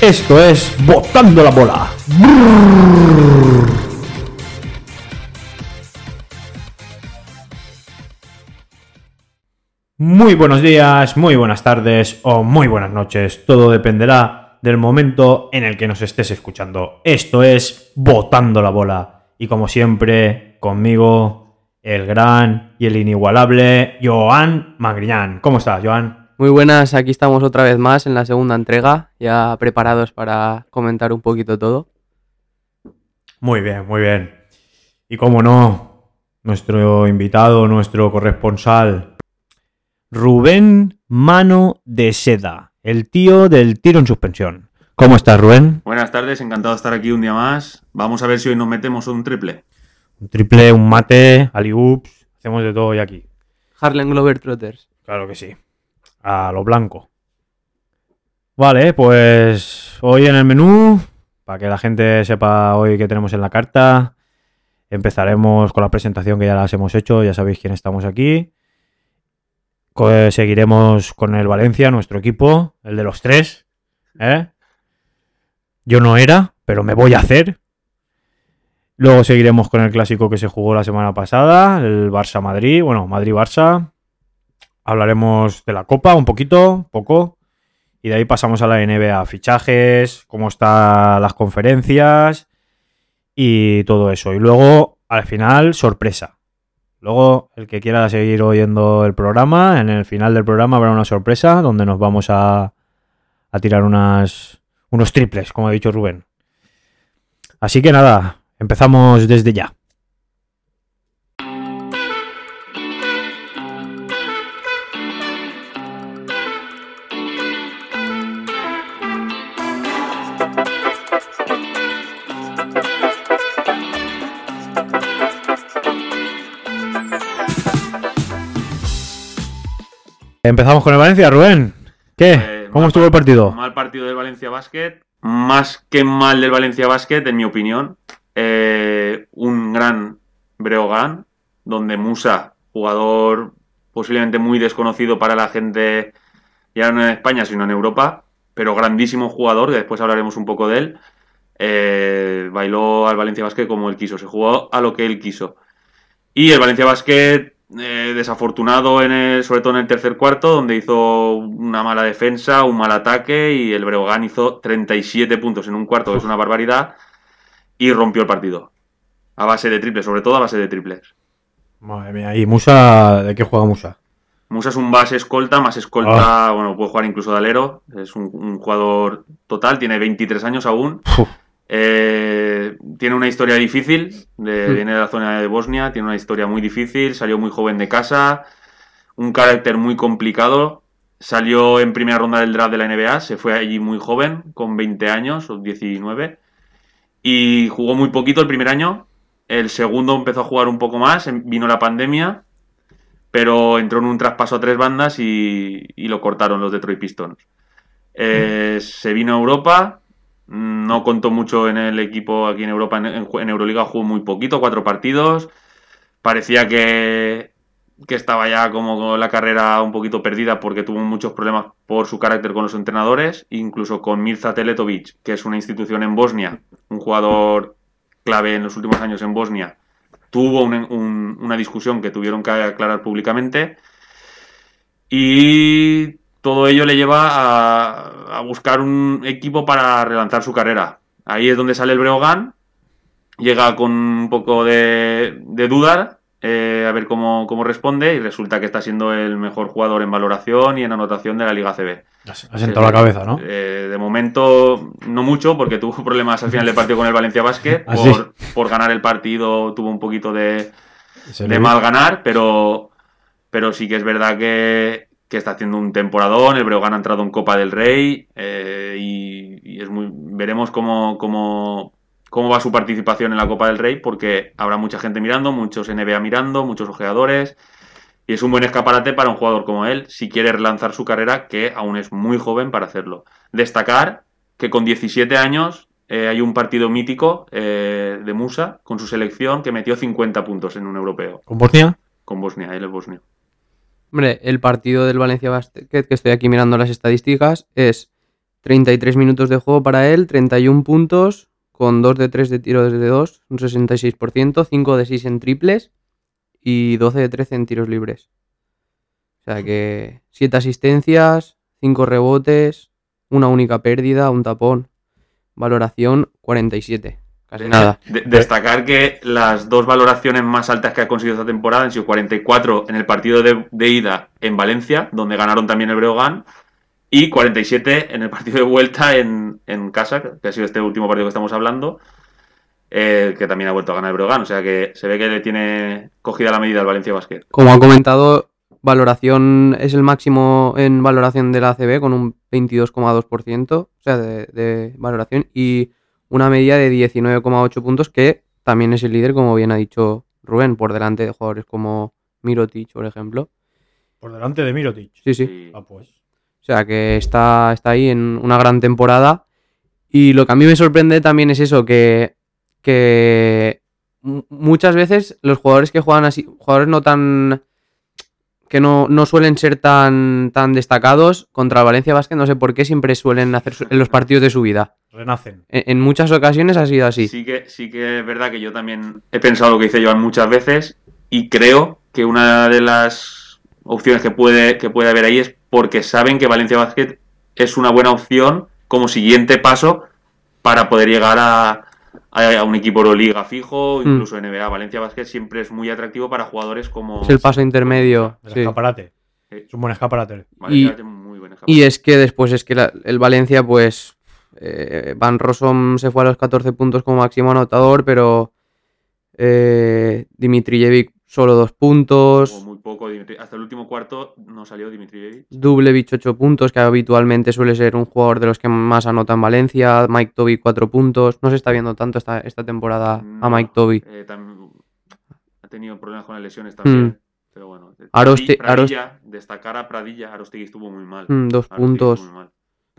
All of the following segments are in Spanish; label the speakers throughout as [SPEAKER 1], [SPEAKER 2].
[SPEAKER 1] Esto es Botando la Bola. Muy buenos días, muy buenas tardes o muy buenas noches. Todo dependerá del momento en el que nos estés escuchando. Esto es Botando la Bola. Y como siempre, conmigo, el gran y el inigualable Joan Magriñán. ¿Cómo estás, Joan?
[SPEAKER 2] Muy buenas, aquí estamos otra vez más en la segunda entrega, ya preparados para comentar un poquito todo.
[SPEAKER 1] Muy bien, muy bien. Y como no, nuestro invitado, nuestro corresponsal, Rubén Mano de Seda, el tío del tiro en suspensión. ¿Cómo estás, Rubén?
[SPEAKER 3] Buenas tardes, encantado de estar aquí un día más. Vamos a ver si hoy nos metemos un triple.
[SPEAKER 1] Un triple, un mate, aliups, hacemos de todo hoy aquí.
[SPEAKER 2] Harlem Glover Trotters.
[SPEAKER 1] Claro que sí. A lo blanco. Vale, pues hoy en el menú, para que la gente sepa hoy qué tenemos en la carta, empezaremos con la presentación que ya las hemos hecho, ya sabéis quién estamos aquí. Co- Seguiremos con el Valencia, nuestro equipo, el de los tres. ¿eh? Yo no era, pero me voy a hacer. Luego seguiremos con el clásico que se jugó la semana pasada, el Barça-Madrid, bueno, Madrid-Barça. Hablaremos de la Copa un poquito, poco. Y de ahí pasamos a la NBA, fichajes, cómo están las conferencias y todo eso. Y luego, al final, sorpresa. Luego, el que quiera seguir oyendo el programa, en el final del programa habrá una sorpresa donde nos vamos a, a tirar unas, unos triples, como ha dicho Rubén. Así que nada, empezamos desde ya. Empezamos con el Valencia, Rubén. ¿Qué?
[SPEAKER 3] Eh,
[SPEAKER 1] ¿Cómo
[SPEAKER 3] mal
[SPEAKER 1] estuvo el partido?
[SPEAKER 3] Mal partido del Valencia Basket, más que mal del Valencia Basket, en mi opinión. Eh, un gran Breogán, donde Musa, jugador posiblemente muy desconocido para la gente, ya no en España, sino en Europa, pero grandísimo jugador, que después hablaremos un poco de él, eh, bailó al Valencia Basket como él quiso, se jugó a lo que él quiso. Y el Valencia Basket, eh, desafortunado, en el- sobre todo en el tercer cuarto, donde hizo una mala defensa, un mal ataque, y el Breogán hizo 37 puntos en un cuarto, que es una barbaridad, y rompió el partido. A base de triples, sobre todo a base de triples.
[SPEAKER 1] Madre mía, ¿y Musa? ¿De qué juega Musa?
[SPEAKER 3] Musa es un base escolta, más escolta, bueno, puede jugar incluso de alero, es un, un jugador total, tiene 23 años aún.
[SPEAKER 1] Uf.
[SPEAKER 3] Eh, tiene una historia difícil, de-
[SPEAKER 2] Hmm.
[SPEAKER 3] viene de la zona de Bosnia, tiene una historia muy difícil, salió muy joven de casa, un carácter muy complicado, salió en primera ronda del draft de la NBA, se fue allí muy joven, con 20 años o 19, y jugó muy poquito el primer año, el segundo empezó a jugar un poco más, em- vino la pandemia, pero entró en un traspaso a tres bandas y, y lo cortaron los Detroit Pistons. Eh, Se vino a Europa, mm, no contó mucho en el equipo aquí en Europa, en, en ju- en Euroliga jugó muy poquito, cuatro partidos, parecía que, que estaba ya como con la carrera un poquito perdida porque tuvo muchos problemas por su carácter con los entrenadores, incluso con Mirza Teletovic, que es una institución en Bosnia, un jugador clave en los últimos años en Bosnia, tuvo un- un- una discusión que tuvieron que aclarar públicamente y todo ello le lleva a, a buscar un equipo para relanzar su carrera. Ahí es donde sale el Breogán, llega con un poco de, de dudar, eh, a ver cómo, cómo responde y resulta que está siendo el mejor jugador en valoración y en anotación de la Liga CB.
[SPEAKER 1] Ha sentado la cabeza, ¿no?
[SPEAKER 3] Eh, de momento, no mucho, porque tuvo problemas al final del partido con el Valencia Basket.
[SPEAKER 1] Ah, sí.
[SPEAKER 3] Por, por ganar el partido tuvo un poquito de,
[SPEAKER 1] Se
[SPEAKER 3] de
[SPEAKER 1] le-
[SPEAKER 3] mal ganar, pero, pero sí que es verdad que, que está haciendo un temporadón. El Breogán ha entrado en Copa del Rey eh, y, y es muy, veremos cómo, cómo, cómo va su participación en la Copa del Rey, porque habrá mucha gente mirando, muchos NBA mirando, muchos ojeadores. Y es un buen escaparate para un jugador como él si quiere relanzar su carrera, que aún es muy joven para hacerlo. Destacar que con 17 años eh, hay un partido mítico eh, de Musa con su selección que metió 50 puntos en un europeo
[SPEAKER 1] ¿Con Bosnia?
[SPEAKER 3] con Bosnia, él es bosnio.
[SPEAKER 2] Hombre, el partido del Valencia Basket, que estoy aquí mirando las estadísticas, es 33 minutos de juego para él, 31 puntos, con 2 de 3 de tiro desde 2, un 66%, 5 de 6 en triples y 12 de 13 en tiros libres. O sea que 7 asistencias, 5 rebotes, una única pérdida, un tapón. Valoración 47. Casi nada.
[SPEAKER 3] De- destacar que las dos valoraciones más altas que ha conseguido esta temporada han sido 44 en el partido de, de ida en Valencia, donde ganaron también el Breogán, y 47 en el partido de vuelta en, en casa, que ha sido este último partido que estamos hablando, eh, que también ha vuelto a ganar el Breogán. O sea que se ve que le tiene cogida la medida al Valencia Basket.
[SPEAKER 2] Como ha comentado, valoración es el máximo en valoración de la ACB con un 22,2%, o sea, de, de valoración, y una media de 19,8 puntos, que también es el líder, como bien ha dicho Rubén, por delante de jugadores como Mirotic, por ejemplo.
[SPEAKER 1] Por delante de Mirotic.
[SPEAKER 2] Sí, sí.
[SPEAKER 3] Y-
[SPEAKER 1] Ah, pues.
[SPEAKER 2] O sea, que está, está ahí en una gran temporada. Y lo que a mí me sorprende también es eso, que, que mu- muchas veces los jugadores que juegan así, jugadores no tan... que no, no suelen ser tan, tan destacados contra el Valencia Basket, no sé por qué siempre suelen hacer su- en los partidos de su vida.
[SPEAKER 1] Renacen.
[SPEAKER 2] En, en muchas ocasiones ha sido así.
[SPEAKER 3] Sí que, sí que es verdad que yo también he pensado lo que dice Joan muchas veces y creo que una de las opciones que puede, que puede haber ahí es porque saben que Valencia Basket es una buena opción como siguiente paso para poder llegar a, a- a un equipo Euroliga fijo,
[SPEAKER 2] Mm.
[SPEAKER 3] incluso NBA. Valencia Basket siempre es muy atractivo para jugadores como...
[SPEAKER 2] Es el paso intermedio.
[SPEAKER 1] El
[SPEAKER 2] sí.
[SPEAKER 1] escaparate.
[SPEAKER 3] Sí.
[SPEAKER 1] Es un buen escaparate.
[SPEAKER 3] Valencia
[SPEAKER 2] y-
[SPEAKER 3] es muy buen escaparate.
[SPEAKER 2] Y es que después es que la- el Valencia, pues. eh, Van Rossum se fue a los 14 puntos como máximo anotador, pero. Eh, Dimitrijevic solo dos
[SPEAKER 3] Jugó
[SPEAKER 2] puntos.
[SPEAKER 3] muy poco, Dimitri- hasta el último cuarto no salió Dimitri Vegas.
[SPEAKER 2] Dublevich 8 puntos, que habitualmente suele ser un jugador de los que más anota en Valencia. Mike Toby 4 puntos. No se está viendo tanto esta, esta temporada a
[SPEAKER 3] No,
[SPEAKER 2] Mike Toby.
[SPEAKER 3] eh, tam- ha tenido problemas con las lesiones también.
[SPEAKER 2] Mm.
[SPEAKER 3] Pero bueno. eh,
[SPEAKER 2] Aroste-
[SPEAKER 3] Pradi- Pradilla, destacar a Pradilla, Arostegui estuvo muy mal.
[SPEAKER 2] Mm, dos
[SPEAKER 3] Arostegui estuvo
[SPEAKER 2] puntos.
[SPEAKER 3] muy mal.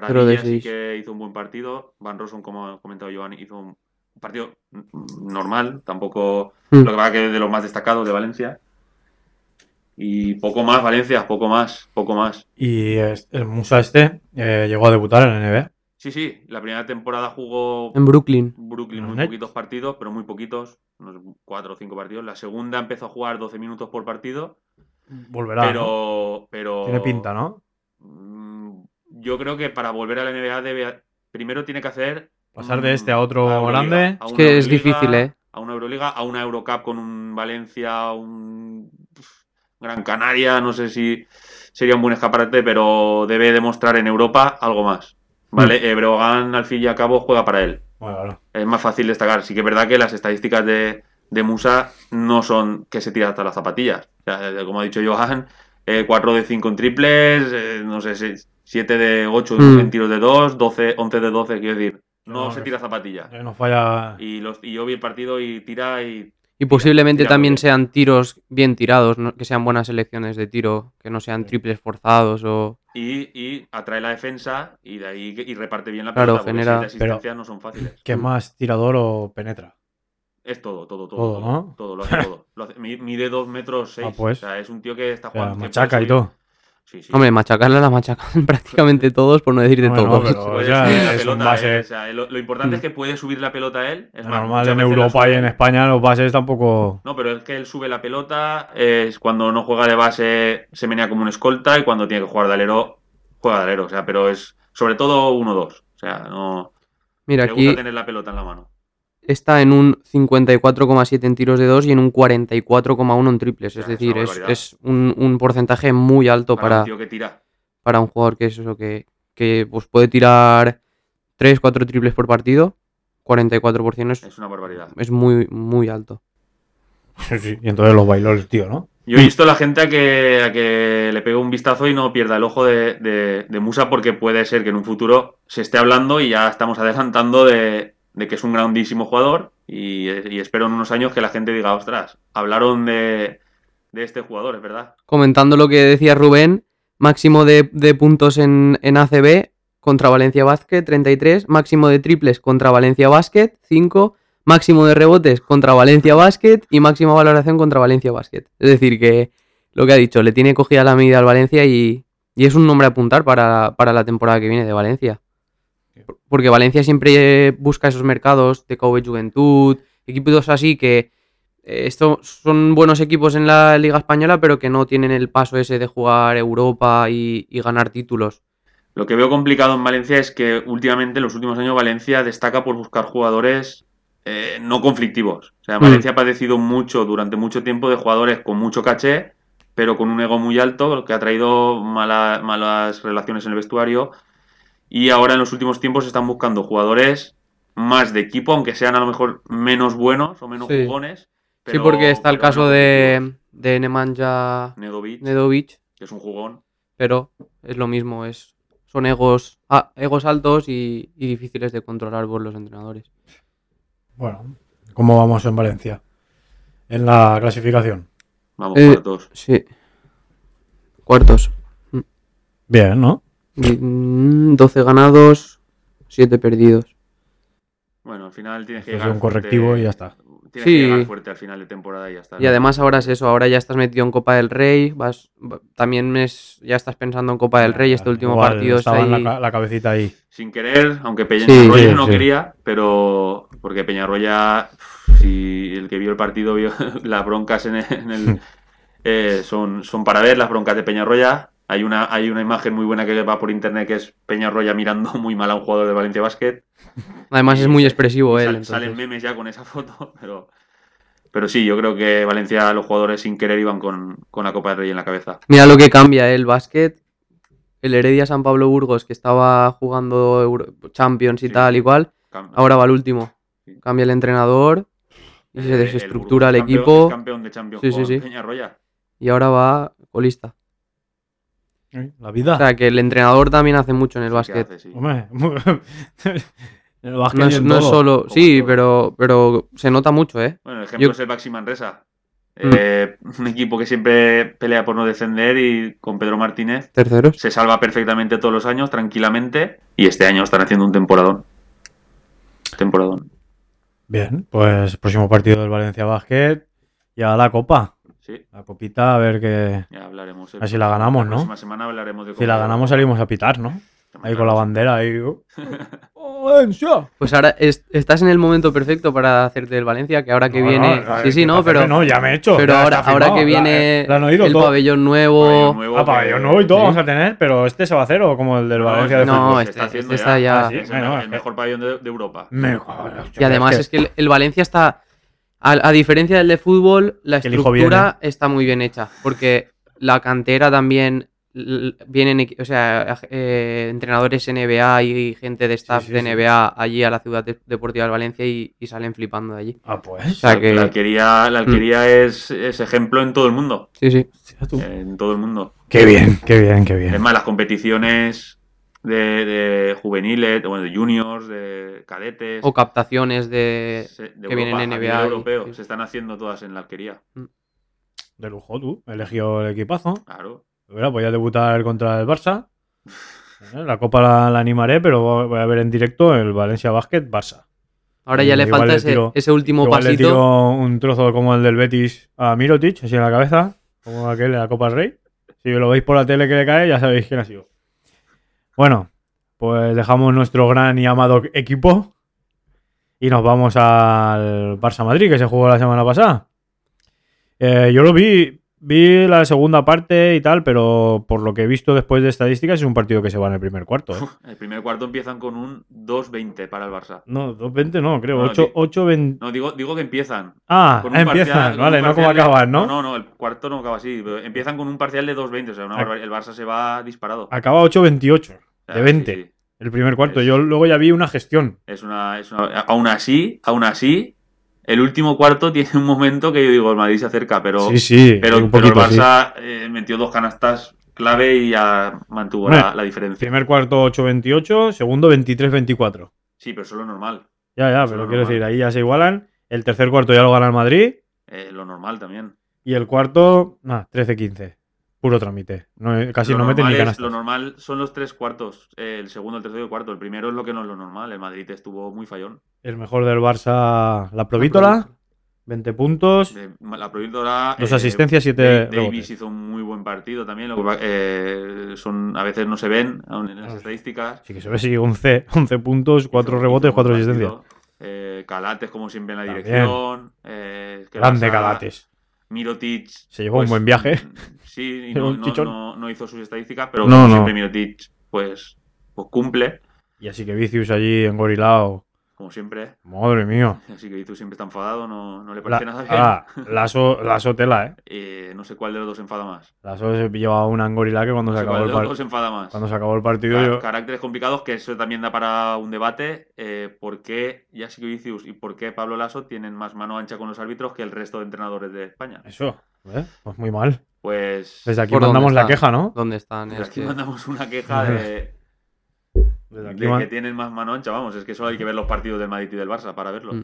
[SPEAKER 2] Cero de
[SPEAKER 3] Pradilla sí
[SPEAKER 2] seis.
[SPEAKER 3] que hizo un buen partido. Van Rossum, como ha comentado Joan, hizo un partido mm, normal. Tampoco
[SPEAKER 2] Mm.
[SPEAKER 3] lo que va que es de los más destacados de Valencia. Y poco más, Valencia, poco más, poco más.
[SPEAKER 1] Y es- el Musa este eh, llegó a debutar en la NBA.
[SPEAKER 3] Sí, sí, la primera temporada jugó
[SPEAKER 2] En Brooklyn.
[SPEAKER 3] Brooklyn
[SPEAKER 1] Los
[SPEAKER 3] muy
[SPEAKER 1] Nets.
[SPEAKER 3] poquitos partidos, pero muy poquitos, unos cuatro o cinco partidos. La segunda empezó a jugar 12 minutos por partido,
[SPEAKER 1] Volverá. ¿no?
[SPEAKER 3] pero, pero...
[SPEAKER 1] Tiene pinta, ¿no?
[SPEAKER 3] Mm, Yo creo que para volver a la NBA debe... Primero tiene que hacer...
[SPEAKER 1] Pasar
[SPEAKER 3] mm,
[SPEAKER 1] de este a otro
[SPEAKER 3] Euroliga,
[SPEAKER 1] grande.
[SPEAKER 3] a
[SPEAKER 2] Es
[SPEAKER 3] una
[SPEAKER 2] que es
[SPEAKER 3] Euroliga,
[SPEAKER 2] difícil, ¿eh?
[SPEAKER 3] A una Euroliga, a una Eurocup con un Valencia, un pf, Gran Canaria, no sé si sería un buen escaparate, pero debe demostrar en Europa algo más.
[SPEAKER 1] Hmm.
[SPEAKER 3] Vale, Eh, Breogán al fin y al cabo juega para él
[SPEAKER 1] Bueno, claro.
[SPEAKER 3] es más fácil destacar. Sí que es verdad que las estadísticas de, de Musa no son que se tira hasta las zapatillas. O sea, eh, como ha dicho Johan, 4 de 5 en triples, eh, no sé, 7 de 8
[SPEAKER 1] Hmm.
[SPEAKER 2] Mm.
[SPEAKER 3] en tiros de 2, 12, 11 de 12, quiero decir, no,
[SPEAKER 1] No,
[SPEAKER 3] se
[SPEAKER 1] que-
[SPEAKER 3] tira zapatillas.
[SPEAKER 1] Eh, Nos falla.
[SPEAKER 3] Ah. Y, los, y yo vi el partido y tira y...
[SPEAKER 2] Y posiblemente
[SPEAKER 3] tirando
[SPEAKER 2] también
[SPEAKER 3] bien.
[SPEAKER 2] sean tiros bien tirados, ¿no? que sean buenas selecciones de tiro, que no sean
[SPEAKER 1] Sí.
[SPEAKER 2] triples forzados o.
[SPEAKER 3] Y, y atrae la defensa y de ahí y reparte bien la
[SPEAKER 2] Claro,
[SPEAKER 3] pelota, porque
[SPEAKER 2] genera-
[SPEAKER 3] si las
[SPEAKER 1] Pero-
[SPEAKER 3] asistencias no son fáciles.
[SPEAKER 1] ¿Qué más tirador o penetra?
[SPEAKER 3] Es todo, todo, todo.
[SPEAKER 1] Todo,
[SPEAKER 3] Todo,
[SPEAKER 1] ¿no?
[SPEAKER 3] todo, lo hace todo. Lo hace- mi- mide 2 metros 6.
[SPEAKER 1] Ah, pues.
[SPEAKER 3] O sea, es un tío que está
[SPEAKER 1] O sea,
[SPEAKER 3] jugando... que puede
[SPEAKER 1] machaca y
[SPEAKER 3] subir-
[SPEAKER 1] todo.
[SPEAKER 3] Sí, sí.
[SPEAKER 2] Hombre, machacarla la machacan prácticamente todos, por no decir de
[SPEAKER 1] Hombre, no,
[SPEAKER 2] todos.
[SPEAKER 1] pero-
[SPEAKER 3] Puede
[SPEAKER 1] ya
[SPEAKER 3] subir la
[SPEAKER 1] es un
[SPEAKER 3] pelota,
[SPEAKER 1] base-
[SPEAKER 3] eh. O sea, lo, lo importante es que puede subir la pelota él. Es más,
[SPEAKER 1] normal
[SPEAKER 3] muchas
[SPEAKER 1] en
[SPEAKER 3] veces la
[SPEAKER 1] Europa y
[SPEAKER 3] sube.
[SPEAKER 1] en España los bases tampoco.
[SPEAKER 3] No, pero es que él sube la pelota, es cuando no juega de base se menea como un escolta y cuando tiene que jugar de alero, juega de alero. O sea, pero es sobre todo 1-2. O sea, no
[SPEAKER 2] Mira,
[SPEAKER 3] le gusta
[SPEAKER 2] aquí
[SPEAKER 3] tener la pelota en la mano.
[SPEAKER 2] está en un 54,7 en tiros de 2 y en un 44,1 en triples.
[SPEAKER 3] O
[SPEAKER 2] Es
[SPEAKER 3] sea, es
[SPEAKER 2] decir,
[SPEAKER 3] una
[SPEAKER 2] es,
[SPEAKER 3] barbaridad.
[SPEAKER 2] es un, un porcentaje muy alto
[SPEAKER 3] Para,
[SPEAKER 2] para,
[SPEAKER 3] un tío que tira.
[SPEAKER 2] para un jugador que es eso, que, que pues, puede tirar 3, 4 triples por partido. 44% es,
[SPEAKER 3] Es una barbaridad.
[SPEAKER 2] es muy, muy alto.
[SPEAKER 1] Sí, sí. Y entonces los bailó el tío, ¿no?
[SPEAKER 3] Yo he visto a la gente a que, a que le pegue un vistazo y no pierda el ojo de, de- de Musa porque puede ser que en un futuro se esté hablando y ya estamos adelantando de, de que es un grandísimo jugador y, y espero en unos años que la gente diga, ostras, hablaron de, de este jugador, es verdad.
[SPEAKER 2] Comentando lo que decía Rubén, máximo de, de puntos en, en ACB contra Valencia Basket, 33, máximo de triples contra Valencia Basket, 5, máximo de rebotes contra Valencia Basket y máxima valoración contra Valencia Basket. Es decir, que lo que ha dicho, le tiene cogida la medida al Valencia y, y es un nombre a apuntar para, para la temporada que viene de Valencia. Por- Porque Valencia siempre busca esos mercados de Kobe Juventud, equipos así que eh, esto son buenos equipos en la Liga Española, pero que no tienen el paso ese de jugar Europa y, y ganar títulos.
[SPEAKER 3] Lo que veo complicado en Valencia es que últimamente, en los últimos años, Valencia destaca por buscar jugadores eh, no conflictivos. O sea,
[SPEAKER 2] Mm.
[SPEAKER 3] Valencia ha padecido mucho, durante mucho tiempo, de jugadores con mucho caché, pero con un ego muy alto, lo que ha traído mala- malas relaciones en el vestuario. Y ahora, en los últimos tiempos, están buscando jugadores más de equipo, aunque sean a lo mejor menos buenos o menos
[SPEAKER 2] Sí.
[SPEAKER 3] jugones.
[SPEAKER 2] sí, porque está el
[SPEAKER 3] pero no
[SPEAKER 2] caso de, de Nemanja
[SPEAKER 3] Nedovic,
[SPEAKER 2] Nedovic,
[SPEAKER 3] que es un jugón.
[SPEAKER 2] pero es lo mismo, es, son egos, ah, egos altos y, y difíciles de controlar por los entrenadores.
[SPEAKER 1] Bueno, ¿cómo vamos en Valencia? En la clasificación.
[SPEAKER 3] Vamos,
[SPEAKER 2] Eh,
[SPEAKER 3] cuartos.
[SPEAKER 2] Sí. Cuartos.
[SPEAKER 1] Bien, ¿no?
[SPEAKER 2] Di- mm, 12 ganados, 7 perdidos.
[SPEAKER 3] Bueno, al final tienes que
[SPEAKER 1] Pues
[SPEAKER 3] llegar
[SPEAKER 1] un correctivo
[SPEAKER 3] fuerte-
[SPEAKER 1] y ya está.
[SPEAKER 3] Tienes
[SPEAKER 2] Sí.
[SPEAKER 3] que llegar fuerte al final de temporada y ya está.
[SPEAKER 2] Y además ahora es eso, ahora ya estás metido en Copa del Rey, vas va- también es, ya estás pensando en Copa del Rey, este último
[SPEAKER 1] Igual
[SPEAKER 2] partido es
[SPEAKER 1] Estaba en la
[SPEAKER 2] ahí-
[SPEAKER 1] ca- la cabecita ahí.
[SPEAKER 3] Sin querer, aunque
[SPEAKER 2] Sí,
[SPEAKER 3] Peñarroya
[SPEAKER 1] sí,
[SPEAKER 3] no
[SPEAKER 1] sí.
[SPEAKER 3] quería, pero porque Peñarroya, si el que vio el partido vio las broncas en el... en el- eh, son, son para ver las broncas de Peñarroya. Hay una, hay una imagen muy buena que va por internet que es Peñarroya mirando muy mal a un jugador de Valencia Basket.
[SPEAKER 2] Además es muy expresivo
[SPEAKER 3] Y
[SPEAKER 2] él.
[SPEAKER 3] sal- salen
[SPEAKER 2] entonces.
[SPEAKER 3] memes ya con esa foto, pero... Pero sí, yo creo que Valencia, los jugadores sin querer iban con, con la Copa del Rey en la cabeza.
[SPEAKER 2] Mira lo que cambia el básquet. El Heredia San Pablo Burgos, que estaba jugando Euro- Champions y
[SPEAKER 3] Sí.
[SPEAKER 2] tal, igual,
[SPEAKER 3] Cam-
[SPEAKER 2] ahora va el último.
[SPEAKER 3] Sí.
[SPEAKER 2] Cambia el entrenador y se
[SPEAKER 3] El- el
[SPEAKER 2] desestructura el,
[SPEAKER 3] Burgos, campeón-
[SPEAKER 2] equipo
[SPEAKER 3] Campeón de Champions
[SPEAKER 2] Sí, sí,
[SPEAKER 3] con
[SPEAKER 2] sí.
[SPEAKER 3] Peñarroya.
[SPEAKER 2] y ahora va colista.
[SPEAKER 1] La vida.
[SPEAKER 2] O sea que el entrenador también hace mucho en el
[SPEAKER 3] Sí que
[SPEAKER 2] básquet.
[SPEAKER 3] hace, sí.
[SPEAKER 1] Hombre, el básquet
[SPEAKER 2] No
[SPEAKER 1] y
[SPEAKER 2] es,
[SPEAKER 1] en
[SPEAKER 2] no es
[SPEAKER 1] todo.
[SPEAKER 2] solo.
[SPEAKER 3] Como
[SPEAKER 2] Sí,
[SPEAKER 3] todo.
[SPEAKER 2] pero, pero se nota mucho, ¿eh?
[SPEAKER 3] Bueno, el ejemplo
[SPEAKER 2] Yo-
[SPEAKER 3] es el Baxi Manresa.
[SPEAKER 2] Mm.
[SPEAKER 3] Eh, un equipo que siempre pelea por no descender y con Pedro Martínez
[SPEAKER 2] Terceros.
[SPEAKER 3] se salva perfectamente todos los años, tranquilamente. Y este año están haciendo un temporadón. Temporadón.
[SPEAKER 1] Bien, pues próximo partido del Valencia Basket y a la copa.
[SPEAKER 3] Sí,
[SPEAKER 1] La copita, a ver qué.
[SPEAKER 3] ya hablaremos.
[SPEAKER 1] A ver si la ganamos,
[SPEAKER 3] La
[SPEAKER 1] ¿no?
[SPEAKER 3] próxima semana hablaremos de
[SPEAKER 1] Si la ganamos salimos a pitar, ¿no? Ahí con la bandera, ahí. ¡Oh, oh, Valencia!
[SPEAKER 2] Pues ahora es- estás en el momento perfecto para hacerte el Valencia, que ahora que
[SPEAKER 1] No,
[SPEAKER 2] viene.
[SPEAKER 1] no,
[SPEAKER 2] sí, sí, no,
[SPEAKER 1] hacerme
[SPEAKER 2] pero.
[SPEAKER 1] No, ya me he hecho.
[SPEAKER 2] pero
[SPEAKER 1] ya
[SPEAKER 2] ahora,
[SPEAKER 1] está
[SPEAKER 2] ahora
[SPEAKER 1] firmado.
[SPEAKER 2] que
[SPEAKER 1] La- eh,
[SPEAKER 2] viene
[SPEAKER 1] la han oído
[SPEAKER 2] el
[SPEAKER 1] todo.
[SPEAKER 2] pabellón nuevo.
[SPEAKER 1] Ah, pabellón nuevo y todo
[SPEAKER 2] Sí.
[SPEAKER 1] vamos a tener, pero este se va a hacer o como el del Valencia de
[SPEAKER 2] no,
[SPEAKER 1] fútbol.
[SPEAKER 2] este- este está ya-
[SPEAKER 1] Ah, sí,
[SPEAKER 3] Es el,
[SPEAKER 1] bueno,
[SPEAKER 3] el
[SPEAKER 1] es que-
[SPEAKER 3] mejor pabellón de, de Europa.
[SPEAKER 1] Me- joder,
[SPEAKER 2] Y además es que el, el Valencia está. A, a diferencia del de fútbol, la
[SPEAKER 1] Que elijo
[SPEAKER 2] estructura está muy bien hecha. Porque la cantera también. l- Vienen equi- o sea, aj- eh, entrenadores NBA y gente de staff
[SPEAKER 1] sí,
[SPEAKER 2] de
[SPEAKER 1] sí.
[SPEAKER 2] NBA allí a la ciudad de- deportiva del Valencia y, y salen flipando de allí.
[SPEAKER 1] Ah, pues.
[SPEAKER 2] sea que-
[SPEAKER 3] La alquería, la alquería
[SPEAKER 1] Mm.
[SPEAKER 3] es, es ejemplo en todo el mundo.
[SPEAKER 2] Sí, sí.
[SPEAKER 1] hostia, tú.
[SPEAKER 3] En todo el mundo.
[SPEAKER 1] Qué bien, qué bien, qué
[SPEAKER 3] Es
[SPEAKER 1] bien.
[SPEAKER 3] más, las competiciones de, de juveniles, de, bueno, de juniors, de cadetes,
[SPEAKER 2] O captaciones de.
[SPEAKER 3] se- de
[SPEAKER 2] que vienen
[SPEAKER 3] Europa, a
[SPEAKER 2] NBA
[SPEAKER 3] nivel
[SPEAKER 2] y-
[SPEAKER 3] europeo,
[SPEAKER 2] sí.
[SPEAKER 3] se están haciendo todas en la alquería.
[SPEAKER 1] De lujo, tú. Eligió el equipazo.
[SPEAKER 3] Claro.
[SPEAKER 1] Bueno, voy a debutar contra el Barça. Eh, La copa la, la animaré, pero voy a ver en directo el Valencia Basket Barça.
[SPEAKER 2] Ahora ya
[SPEAKER 1] Eh,
[SPEAKER 2] le
[SPEAKER 1] igual
[SPEAKER 2] falta
[SPEAKER 1] le
[SPEAKER 2] ese,
[SPEAKER 1] tiro-
[SPEAKER 2] ese último
[SPEAKER 1] Igual le
[SPEAKER 2] pasito.
[SPEAKER 1] tiro un trozo como el del Betis a Mirotic, así en la cabeza, como aquel de la Copa del Rey. Si lo veis por la tele que le cae, ya sabéis quién ha sido. Bueno, pues dejamos nuestro gran y amado equipo y nos vamos al Barça Madrid, que se jugó la semana pasada. Eh, yo lo vi, vi la segunda parte y tal, pero por lo que he visto después de estadísticas, es un partido que se va en el primer cuarto. ¿eh?
[SPEAKER 3] El primer cuarto empiezan con un 2-20 para el Barça.
[SPEAKER 1] No, 2-20 no, creo.
[SPEAKER 3] No,
[SPEAKER 1] 8,
[SPEAKER 3] di-
[SPEAKER 1] 8-20.
[SPEAKER 3] No, digo, digo que empiezan.
[SPEAKER 1] Ah,
[SPEAKER 3] Con un parcial-
[SPEAKER 1] empiezan,
[SPEAKER 3] con
[SPEAKER 1] vale,
[SPEAKER 3] un
[SPEAKER 1] no como
[SPEAKER 3] parcial de-
[SPEAKER 1] acaban, ¿no?
[SPEAKER 3] No, no, el cuarto no acaba así. pero Empiezan con un parcial de 2-20, o sea, una
[SPEAKER 1] Ac-
[SPEAKER 3] barbaridad. el Barça se va disparado.
[SPEAKER 1] Acaba 8-28,
[SPEAKER 3] O sea,
[SPEAKER 1] Ah, de 20,
[SPEAKER 3] sí, sí.
[SPEAKER 1] el primer cuarto.
[SPEAKER 3] Es-
[SPEAKER 1] Yo luego ya vi una gestión.
[SPEAKER 3] Es una, es una- Aún así, aún así, el último cuarto tiene un momento que yo digo, el Madrid se acerca, pero...
[SPEAKER 1] sí, sí,
[SPEAKER 3] Pero,
[SPEAKER 1] un
[SPEAKER 3] pero
[SPEAKER 1] poquito,
[SPEAKER 3] el Barça eh, metió dos canastas clave y ya mantuvo
[SPEAKER 1] Hombre.
[SPEAKER 3] la, la
[SPEAKER 1] sí.
[SPEAKER 3] diferencia.
[SPEAKER 1] Primer cuarto 8-28, segundo 23-24.
[SPEAKER 3] Sí, pero eso es lo normal.
[SPEAKER 1] Ya, ya,
[SPEAKER 3] Eso
[SPEAKER 1] pero
[SPEAKER 3] es
[SPEAKER 1] quiero
[SPEAKER 3] normal.
[SPEAKER 1] decir, ahí ya se igualan. El tercer cuarto ya lo gana el Madrid.
[SPEAKER 3] Eh, lo normal también.
[SPEAKER 1] Y el cuarto, nada, 13-15. Puro trámite. No, eh, casi
[SPEAKER 3] lo,
[SPEAKER 1] no meten ni
[SPEAKER 3] normal es-
[SPEAKER 1] canastas.
[SPEAKER 3] lo normal son los tres cuartos. eh, el segundo, el tercero y el cuarto. El primero es lo que no es lo normal. El Madrid estuvo muy fallón.
[SPEAKER 1] El mejor del Barça, la Provítola. 20 puntos.
[SPEAKER 3] De- la proveedora.
[SPEAKER 1] Dos
[SPEAKER 3] eh,
[SPEAKER 1] asistencias, siete
[SPEAKER 3] Da- Davis
[SPEAKER 1] rebotes.
[SPEAKER 3] hizo un muy buen partido también. Lo que va- eh, son, a veces no se ven aún en las
[SPEAKER 1] Ah.
[SPEAKER 3] estadísticas.
[SPEAKER 1] Sí que se ve, sí, 11, 11 puntos, 4
[SPEAKER 3] Hizo-
[SPEAKER 1] rebotes,
[SPEAKER 3] hizo un
[SPEAKER 1] 4
[SPEAKER 3] partido.
[SPEAKER 1] asistencias.
[SPEAKER 3] Eh, Calates, como siempre, en la
[SPEAKER 1] También.
[SPEAKER 3] dirección. Eh, ¿qué
[SPEAKER 1] Grande
[SPEAKER 3] pasa?
[SPEAKER 1] Galates.
[SPEAKER 3] Mirotic.
[SPEAKER 1] Se llevó un buen viaje.
[SPEAKER 3] mm, Sí, y
[SPEAKER 1] Era
[SPEAKER 3] no,
[SPEAKER 1] un
[SPEAKER 3] no-
[SPEAKER 1] chichón.
[SPEAKER 3] no- no hizo sus estadísticas, pero
[SPEAKER 1] No,
[SPEAKER 3] como
[SPEAKER 1] no.
[SPEAKER 3] siempre Mirotic, pues, pues cumple,
[SPEAKER 1] Y así que Vicius allí engorilado.
[SPEAKER 3] como siempre.
[SPEAKER 1] Madre mía.
[SPEAKER 3] Así que tú siempre está enfadado, no, no le
[SPEAKER 1] La,
[SPEAKER 3] parece nada bien.
[SPEAKER 1] ah, Lasso- Lasso tela, ¿eh?
[SPEAKER 3] Eh, no sé cuál de los dos enfada más.
[SPEAKER 1] Lasso se llevaba una engorila que cuando
[SPEAKER 3] No
[SPEAKER 1] se
[SPEAKER 3] sé
[SPEAKER 1] acabó
[SPEAKER 3] cuál
[SPEAKER 1] el
[SPEAKER 3] de los
[SPEAKER 1] partido.
[SPEAKER 3] dos enfada más.
[SPEAKER 1] Cuando se acabó el partido,
[SPEAKER 3] Ca-
[SPEAKER 1] yo-
[SPEAKER 3] Caracteres complicados, que eso también da para un debate. eh, ¿Por qué Jessica Vicius y por qué Pablo Lasso tienen más mano ancha con los árbitros que el resto de entrenadores de España?
[SPEAKER 1] Eso, ¿eh? pues muy mal.
[SPEAKER 3] Pues
[SPEAKER 1] Desde aquí
[SPEAKER 2] ¿Por dónde
[SPEAKER 1] mandamos la
[SPEAKER 2] está?
[SPEAKER 1] queja, ¿no?
[SPEAKER 2] ¿Dónde están?
[SPEAKER 3] desde
[SPEAKER 2] Es
[SPEAKER 3] aquí
[SPEAKER 2] que-
[SPEAKER 3] mandamos una queja de,
[SPEAKER 1] Desde aquí
[SPEAKER 3] de que
[SPEAKER 1] man-
[SPEAKER 3] tienen más mano ancha. Vamos, es que solo hay que ver los partidos del Madrid y del Barça para verlo.
[SPEAKER 2] Mm.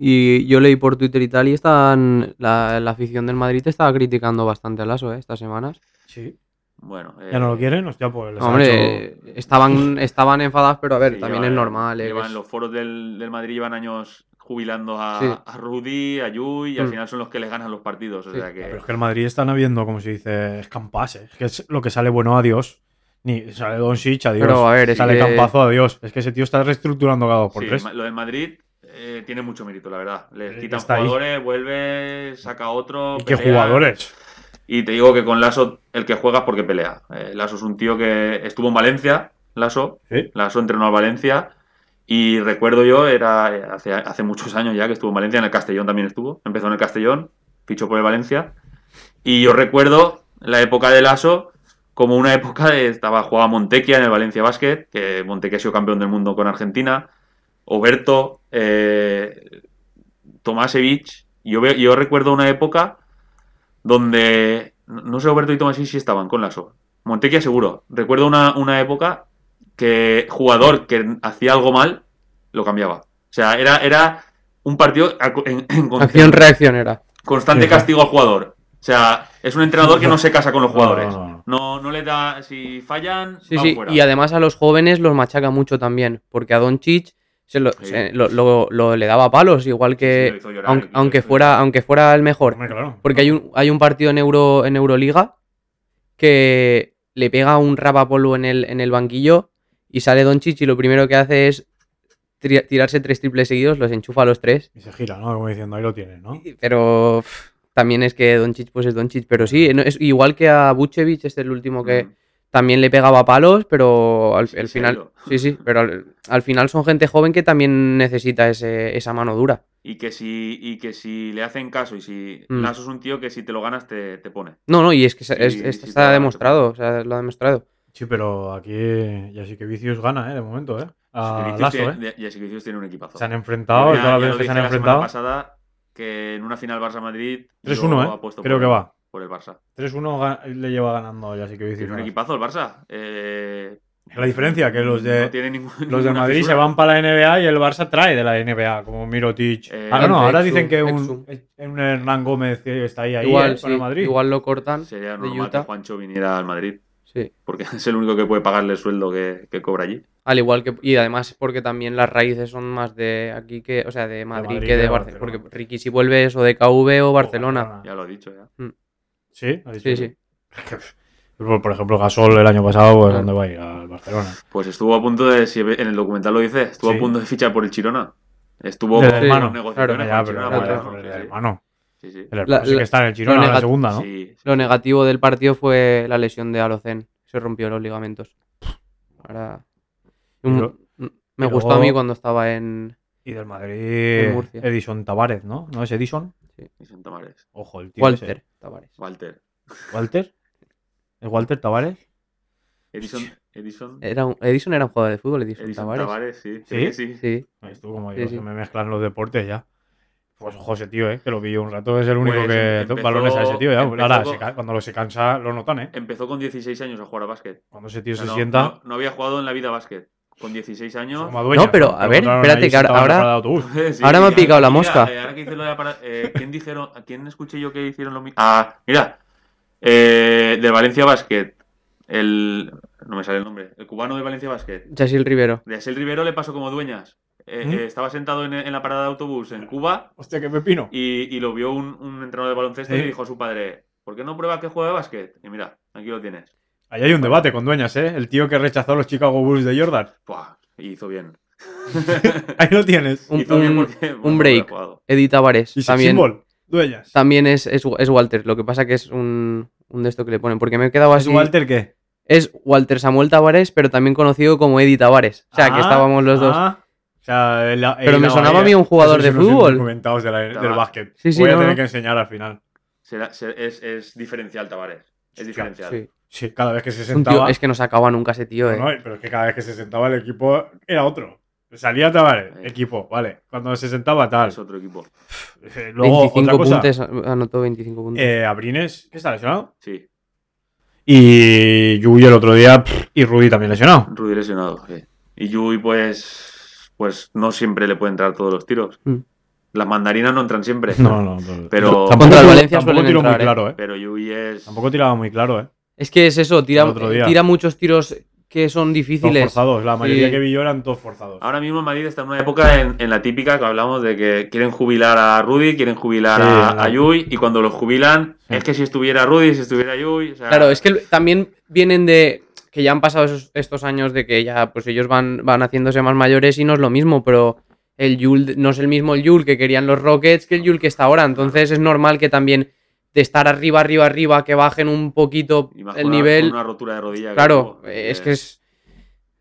[SPEAKER 2] Y yo leí por Twitter y tal, y están. La, la afición del Madrid estaba criticando bastante a Lasso, ¿eh? Estas semanas.
[SPEAKER 1] Sí.
[SPEAKER 3] Bueno,
[SPEAKER 1] Ya no lo
[SPEAKER 3] eh,
[SPEAKER 1] quieren, hostia, pues les ha hecho-
[SPEAKER 2] Hombre, eh, estaban, estaban enfadadas, pero a ver,
[SPEAKER 3] sí,
[SPEAKER 2] también
[SPEAKER 3] llevan-
[SPEAKER 2] es normal. ¿eh?
[SPEAKER 3] llevan
[SPEAKER 2] Es-
[SPEAKER 3] los foros del, del Madrid llevan años jubilando a,
[SPEAKER 2] Sí.
[SPEAKER 3] a Rudy, a Yui, y al
[SPEAKER 2] Mm.
[SPEAKER 3] final son los que les ganan los partidos. O
[SPEAKER 2] Sí.
[SPEAKER 3] sea que...
[SPEAKER 1] Ah, Pero es que el Madrid están habiendo, como se dice, escampás, ¿eh? Es que es lo que sale bueno, adiós. Ni sale Doncic, adiós.
[SPEAKER 2] Pero a ver, es
[SPEAKER 1] sale
[SPEAKER 2] que-
[SPEAKER 1] Campazo, adiós. Es que ese tío está reestructurando cada dos por
[SPEAKER 3] Sí,
[SPEAKER 1] tres.
[SPEAKER 3] ma- lo del Madrid eh, tiene mucho mérito, la verdad. Les
[SPEAKER 1] Eh,
[SPEAKER 3] quitan
[SPEAKER 1] está ahí.
[SPEAKER 3] jugadores, vuelve, saca otro.
[SPEAKER 1] ¿Y qué
[SPEAKER 3] pelea.
[SPEAKER 1] jugadores?
[SPEAKER 3] Y te digo que con Lasso, el que juega es porque pelea. Eh, Lasso es un tío que estuvo en Valencia, Lasso.
[SPEAKER 1] Sí.
[SPEAKER 3] Lasso entrenó al Valencia. Y recuerdo yo, era eh, hace, hace muchos años ya que estuvo en Valencia, en el Castellón también estuvo. Empezó en el Castellón, fichó por el Valencia. Y yo recuerdo la época de Lasso como una época de. Estaba jugaba Montequia en el Valencia Basket, que Montequia ha sido campeón del mundo con Argentina. Oberto, eh, Tomasevich. Yo, veo- yo recuerdo una época donde. No no sé, Oberto y Tomasevich si estaban con Lasso. Montequia seguro. Recuerdo una, una época que jugador que hacía algo mal lo cambiaba. O sea, era, era un partido a- en, en
[SPEAKER 2] Acción reaccionera.
[SPEAKER 3] constante
[SPEAKER 1] Sí, sí.
[SPEAKER 3] castigo al jugador. O sea, es un entrenador que no se casa con los jugadores.
[SPEAKER 1] No, no, no.
[SPEAKER 3] No, no le da. Si fallan,
[SPEAKER 2] Sí,
[SPEAKER 3] van
[SPEAKER 2] sí,
[SPEAKER 3] fuera.
[SPEAKER 2] y además a los jóvenes los machaca mucho también, porque a Doncic se lo,
[SPEAKER 3] Sí.
[SPEAKER 2] se- lo- lo- lo- le daba palos, igual
[SPEAKER 3] lo
[SPEAKER 2] que
[SPEAKER 3] hizo llorar,
[SPEAKER 2] aunque,
[SPEAKER 3] lo hizo
[SPEAKER 2] aunque
[SPEAKER 3] llorar.
[SPEAKER 2] fuera aunque fuera el mejor,
[SPEAKER 1] Hombre, claro.
[SPEAKER 2] porque hay un hay un partido en Euro en Euroliga que le pega un rapapolvo en el en el banquillo y sale Doncic y lo primero que hace es tri- tirarse tres triples seguidos, los enchufa a los tres,
[SPEAKER 1] Y se gira, ¿no? Como diciendo, ahí lo tienes, ¿no?
[SPEAKER 2] pero pff, también es que Doncic pues es Doncic, pero sí, no- es igual que a Vucevic, este es el último que
[SPEAKER 3] Mm.
[SPEAKER 2] también le pegaba palos, pero al, al
[SPEAKER 3] se ha
[SPEAKER 2] final.
[SPEAKER 3] ido.
[SPEAKER 2] Sí, sí, pero al, al final son gente joven que también necesita ese, esa mano dura.
[SPEAKER 3] Y que si, y que si le hacen caso y si
[SPEAKER 2] Mm.
[SPEAKER 3] Lasso es un tío que si te lo ganas te, te pone.
[SPEAKER 2] No, no, y es que se- es-
[SPEAKER 3] Sí,
[SPEAKER 2] es-
[SPEAKER 3] sí,
[SPEAKER 2] está
[SPEAKER 3] claro,
[SPEAKER 2] demostrado, o sea, lo ha demostrado.
[SPEAKER 1] Sí, pero aquí ya sí que Vicius gana, ¿eh? De momento, ¿eh? A
[SPEAKER 3] Jessica
[SPEAKER 1] Lasso,
[SPEAKER 3] Vicius
[SPEAKER 1] ¿eh?
[SPEAKER 3] tiene- Jessica Vicius tiene un equipazo.
[SPEAKER 1] Se han enfrentado,
[SPEAKER 3] Ya-
[SPEAKER 1] todas las
[SPEAKER 3] ya
[SPEAKER 1] veces
[SPEAKER 3] lo
[SPEAKER 1] que se
[SPEAKER 3] dije
[SPEAKER 1] han
[SPEAKER 3] la semana
[SPEAKER 1] enfrentado.
[SPEAKER 3] pasada que en una final Barça Madrid
[SPEAKER 1] 3-1, ¿eh? Creo que va.
[SPEAKER 3] por el Barça.
[SPEAKER 1] 3-1 ga- le lleva ganando ya sí que Vicius.
[SPEAKER 3] Tiene un
[SPEAKER 1] gana.
[SPEAKER 3] equipazo el Barça. Eh,
[SPEAKER 1] La diferencia, que los de-
[SPEAKER 3] no tiene ningún-
[SPEAKER 1] Los de
[SPEAKER 3] ninguna
[SPEAKER 1] Madrid se
[SPEAKER 3] fisura.
[SPEAKER 1] van para la NBA y el Barça trae de la NBA, como Mirotic.
[SPEAKER 3] Eh,
[SPEAKER 1] ah, no, no, ahora
[SPEAKER 2] Exum,
[SPEAKER 1] dicen que
[SPEAKER 2] Exum.
[SPEAKER 1] un, un Hernán Gómez eh, está ahí, ahí
[SPEAKER 2] igual,
[SPEAKER 1] eh, para
[SPEAKER 2] sí,
[SPEAKER 1] Madrid.
[SPEAKER 2] igual lo cortan
[SPEAKER 3] Sería
[SPEAKER 2] de
[SPEAKER 3] normal que
[SPEAKER 2] Utah.
[SPEAKER 3] Juancho viniera al Madrid,
[SPEAKER 2] Sí.
[SPEAKER 3] porque es el único que puede pagarle el sueldo que, que cobra allí.
[SPEAKER 2] Al igual que. Y además porque también las raíces son más de aquí que. O sea, de Madrid,
[SPEAKER 1] Madrid
[SPEAKER 2] que
[SPEAKER 1] que
[SPEAKER 2] de
[SPEAKER 1] de
[SPEAKER 2] Barcelona.
[SPEAKER 1] Barcelona.
[SPEAKER 2] Porque Ricky si vuelve es o de KV o
[SPEAKER 1] O
[SPEAKER 2] Barcelona.
[SPEAKER 3] Ya lo he dicho, ya.
[SPEAKER 1] Sí, ha dicho
[SPEAKER 2] Sí,
[SPEAKER 1] que-
[SPEAKER 2] sí.
[SPEAKER 1] Por, por ejemplo, Gasol el año pasado, pues,
[SPEAKER 2] Ah.
[SPEAKER 1] ¿dónde va a ir? Al Barcelona.
[SPEAKER 3] Pues estuvo a punto de, si en el documental lo dice, estuvo
[SPEAKER 1] Sí.
[SPEAKER 3] a punto de fichar por el Chirona. Estuvo
[SPEAKER 1] Del
[SPEAKER 3] con
[SPEAKER 1] hermano,
[SPEAKER 3] con negociaciones
[SPEAKER 2] claro,
[SPEAKER 1] Ya,
[SPEAKER 3] con
[SPEAKER 1] pero
[SPEAKER 3] el
[SPEAKER 2] claro,
[SPEAKER 1] el-
[SPEAKER 3] Chirona,
[SPEAKER 1] el,
[SPEAKER 3] por ejemplo,
[SPEAKER 1] hermano.
[SPEAKER 3] sí, sí. Sí, sí.
[SPEAKER 1] El hermano sí
[SPEAKER 2] la-
[SPEAKER 1] que está en el
[SPEAKER 2] lo
[SPEAKER 1] Girona, en la
[SPEAKER 2] nega-
[SPEAKER 1] segunda, ¿no?
[SPEAKER 3] Sí, sí.
[SPEAKER 2] Lo negativo del partido fue la lesión de Alocen. Se rompió los ligamentos. Ahora.
[SPEAKER 1] Y lo-
[SPEAKER 2] me
[SPEAKER 1] y
[SPEAKER 2] gustó
[SPEAKER 1] luego-
[SPEAKER 2] a mí cuando estaba en.
[SPEAKER 1] Y del Madrid,
[SPEAKER 2] En Murcia.
[SPEAKER 1] Edison Tavares, ¿no? ¿No es Edison?
[SPEAKER 3] Y San Tamares.
[SPEAKER 1] Ojo, el tío.
[SPEAKER 2] Walter
[SPEAKER 1] ese.
[SPEAKER 2] Tavares.
[SPEAKER 3] Walter.
[SPEAKER 1] ¿Walter? ¿Es Walter Tavares?
[SPEAKER 3] Edison. Edison.
[SPEAKER 2] Era un- Edison era un jugador de fútbol, Edison,
[SPEAKER 3] Edison
[SPEAKER 2] Tavares.
[SPEAKER 3] Tavares, sí.
[SPEAKER 1] Eh, ¿Sí?
[SPEAKER 3] Sí, sí.
[SPEAKER 2] Sí.
[SPEAKER 1] Ves tú como
[SPEAKER 2] Sí, sí.
[SPEAKER 1] se me mezclan los deportes ya. Pues ojo ese tío, ¿eh? que lo pillo un rato, es el único
[SPEAKER 3] Pues,
[SPEAKER 1] que
[SPEAKER 2] em-
[SPEAKER 3] empezó-
[SPEAKER 1] balones a ese tío. Ya.
[SPEAKER 3] empezó
[SPEAKER 1] Ahora,
[SPEAKER 3] con-
[SPEAKER 1] se ca- cuando lo se cansa, lo notan, ¿eh?
[SPEAKER 3] Empezó con 16 años a jugar a básquet.
[SPEAKER 1] Cuando ese tío
[SPEAKER 3] O sea,
[SPEAKER 1] se
[SPEAKER 3] no,
[SPEAKER 1] sienta,
[SPEAKER 3] no- no había jugado en la vida a básquet. Con 16 años.
[SPEAKER 1] toma dueña.
[SPEAKER 2] No, pero, a
[SPEAKER 1] Lo
[SPEAKER 2] ver,
[SPEAKER 1] encontraron
[SPEAKER 2] espérate,
[SPEAKER 1] ahí
[SPEAKER 2] que ahora-
[SPEAKER 1] sentado en la
[SPEAKER 2] ahora-
[SPEAKER 1] parada de autobús.
[SPEAKER 3] Pues Sí,
[SPEAKER 2] Ahora me ha
[SPEAKER 3] mira,
[SPEAKER 2] picado la
[SPEAKER 3] mira,
[SPEAKER 2] mosca.
[SPEAKER 3] eh, ahora que hice lo de la para- eh, ¿Quién dijeron? ¿A quién escuché yo que hicieron lo mismo? Ah, mira. Eh, de Valencia Basket. El. No me sale el nombre. El cubano de Valencia Basket.
[SPEAKER 2] Chasil Rivero.
[SPEAKER 3] De Asiel Rivero le pasó como dueñas. eh,
[SPEAKER 1] ¿Mm?
[SPEAKER 3] eh, estaba sentado en, en la parada de autobús en Cuba
[SPEAKER 1] Hostia, qué pepino.
[SPEAKER 3] y, y lo vio un, un entrenador de baloncesto
[SPEAKER 1] Sí.
[SPEAKER 3] y dijo a su padre, ¿por qué no pruebas que juega de básquet? Y mira, aquí lo tienes.
[SPEAKER 1] Ahí hay un debate con dueñas, ¿eh? El tío que rechazó a los Chicago Bulls de Jordan.
[SPEAKER 3] Buah, y hizo bien.
[SPEAKER 1] Ahí lo tienes.
[SPEAKER 2] Un-
[SPEAKER 3] Hizo bien
[SPEAKER 2] un-
[SPEAKER 3] porque,
[SPEAKER 2] un
[SPEAKER 3] bueno,
[SPEAKER 2] break.
[SPEAKER 3] había jugado.
[SPEAKER 2] Edita Vares.
[SPEAKER 1] Y
[SPEAKER 2] también
[SPEAKER 1] Symbol, dueñas.
[SPEAKER 2] también es, es, es Walter. Lo que pasa que es un, un de esto que le ponen. Porque me he quedado
[SPEAKER 1] ¿Es
[SPEAKER 2] así.
[SPEAKER 1] Walter qué?
[SPEAKER 2] Es Walter Samuel Tavares, pero también conocido como Eddie Tavares. O sea, que
[SPEAKER 1] Ah,
[SPEAKER 2] estábamos los dos.
[SPEAKER 1] ah. O sea, el- el-
[SPEAKER 2] Pero me
[SPEAKER 1] la-
[SPEAKER 2] sonaba a mí un jugador
[SPEAKER 1] esos
[SPEAKER 2] de
[SPEAKER 1] son los
[SPEAKER 2] fútbol.
[SPEAKER 1] indocumentados de la- del
[SPEAKER 3] Estaba-
[SPEAKER 1] básquet.
[SPEAKER 2] Sí, sí,
[SPEAKER 1] Voy a
[SPEAKER 2] no,
[SPEAKER 1] tener
[SPEAKER 2] no.
[SPEAKER 1] que enseñar al final.
[SPEAKER 3] Será- se- es, es diferencial, Tavares. Es diferencial.
[SPEAKER 2] Sí.
[SPEAKER 1] Sí, cada vez que se
[SPEAKER 2] Un tío-
[SPEAKER 1] sentaba.
[SPEAKER 2] es que no se acaba nunca ese tío, eh.
[SPEAKER 1] No, no, pero es que cada vez que se sentaba el equipo era otro. Salía Tavares,
[SPEAKER 3] Sí.
[SPEAKER 1] equipo, vale. Cuando se sentaba tal.
[SPEAKER 3] Es otro equipo.
[SPEAKER 1] Eh, Luego,
[SPEAKER 2] 25
[SPEAKER 1] otra cosa,
[SPEAKER 2] puntos, anotó 25 puntos.
[SPEAKER 1] eh, Abrines, que está lesionado.
[SPEAKER 3] Sí.
[SPEAKER 1] Y Yuy el otro día, pff, y Rudy también lesionado.
[SPEAKER 3] Rudy lesionado. sí. Y Yui, pues, pues no siempre le puede entrar todos los tiros.
[SPEAKER 2] Mm.
[SPEAKER 3] Las mandarinas no entran siempre.
[SPEAKER 1] No, no, no.
[SPEAKER 3] Pero-
[SPEAKER 1] tampoco
[SPEAKER 2] Contra el
[SPEAKER 1] tiró-
[SPEAKER 2] Valencia
[SPEAKER 1] tampoco
[SPEAKER 2] suelen
[SPEAKER 1] tiró muy
[SPEAKER 2] entrar, ¿eh?
[SPEAKER 1] claro, ¿eh?
[SPEAKER 3] Pero Yui es.
[SPEAKER 1] Tampoco tiraba muy claro, ¿eh?
[SPEAKER 2] es que es eso, tira,
[SPEAKER 1] el otro día.
[SPEAKER 2] tira muchos tiros que son
[SPEAKER 1] Todos
[SPEAKER 2] difíciles.
[SPEAKER 1] forzados. La mayoría
[SPEAKER 2] Sí.
[SPEAKER 1] que vi yo eran todos forzados.
[SPEAKER 3] Ahora mismo Madrid está en una época en, en la típica que hablamos de que quieren jubilar a Rudy, quieren jubilar
[SPEAKER 1] Sí,
[SPEAKER 3] a,
[SPEAKER 1] la-
[SPEAKER 3] a Yui, y cuando los jubilan,
[SPEAKER 1] Sí.
[SPEAKER 3] es que si estuviera Rudy, si estuviera Yui. o sea,
[SPEAKER 2] Claro, es que el- también vienen de que ya han pasado esos- estos años de que ya pues ellos van, van haciéndose más mayores y no es lo mismo, pero el Yul no es el mismo el Yul que querían los Rockets que el Yul que está ahora, entonces es normal que también de estar arriba, arriba, arriba, que bajen un poquito
[SPEAKER 3] y más con
[SPEAKER 2] el
[SPEAKER 3] una-
[SPEAKER 2] nivel.
[SPEAKER 3] con Una rotura de rodilla. que
[SPEAKER 2] Claro,
[SPEAKER 3] tuvo,
[SPEAKER 2] eh, es que es.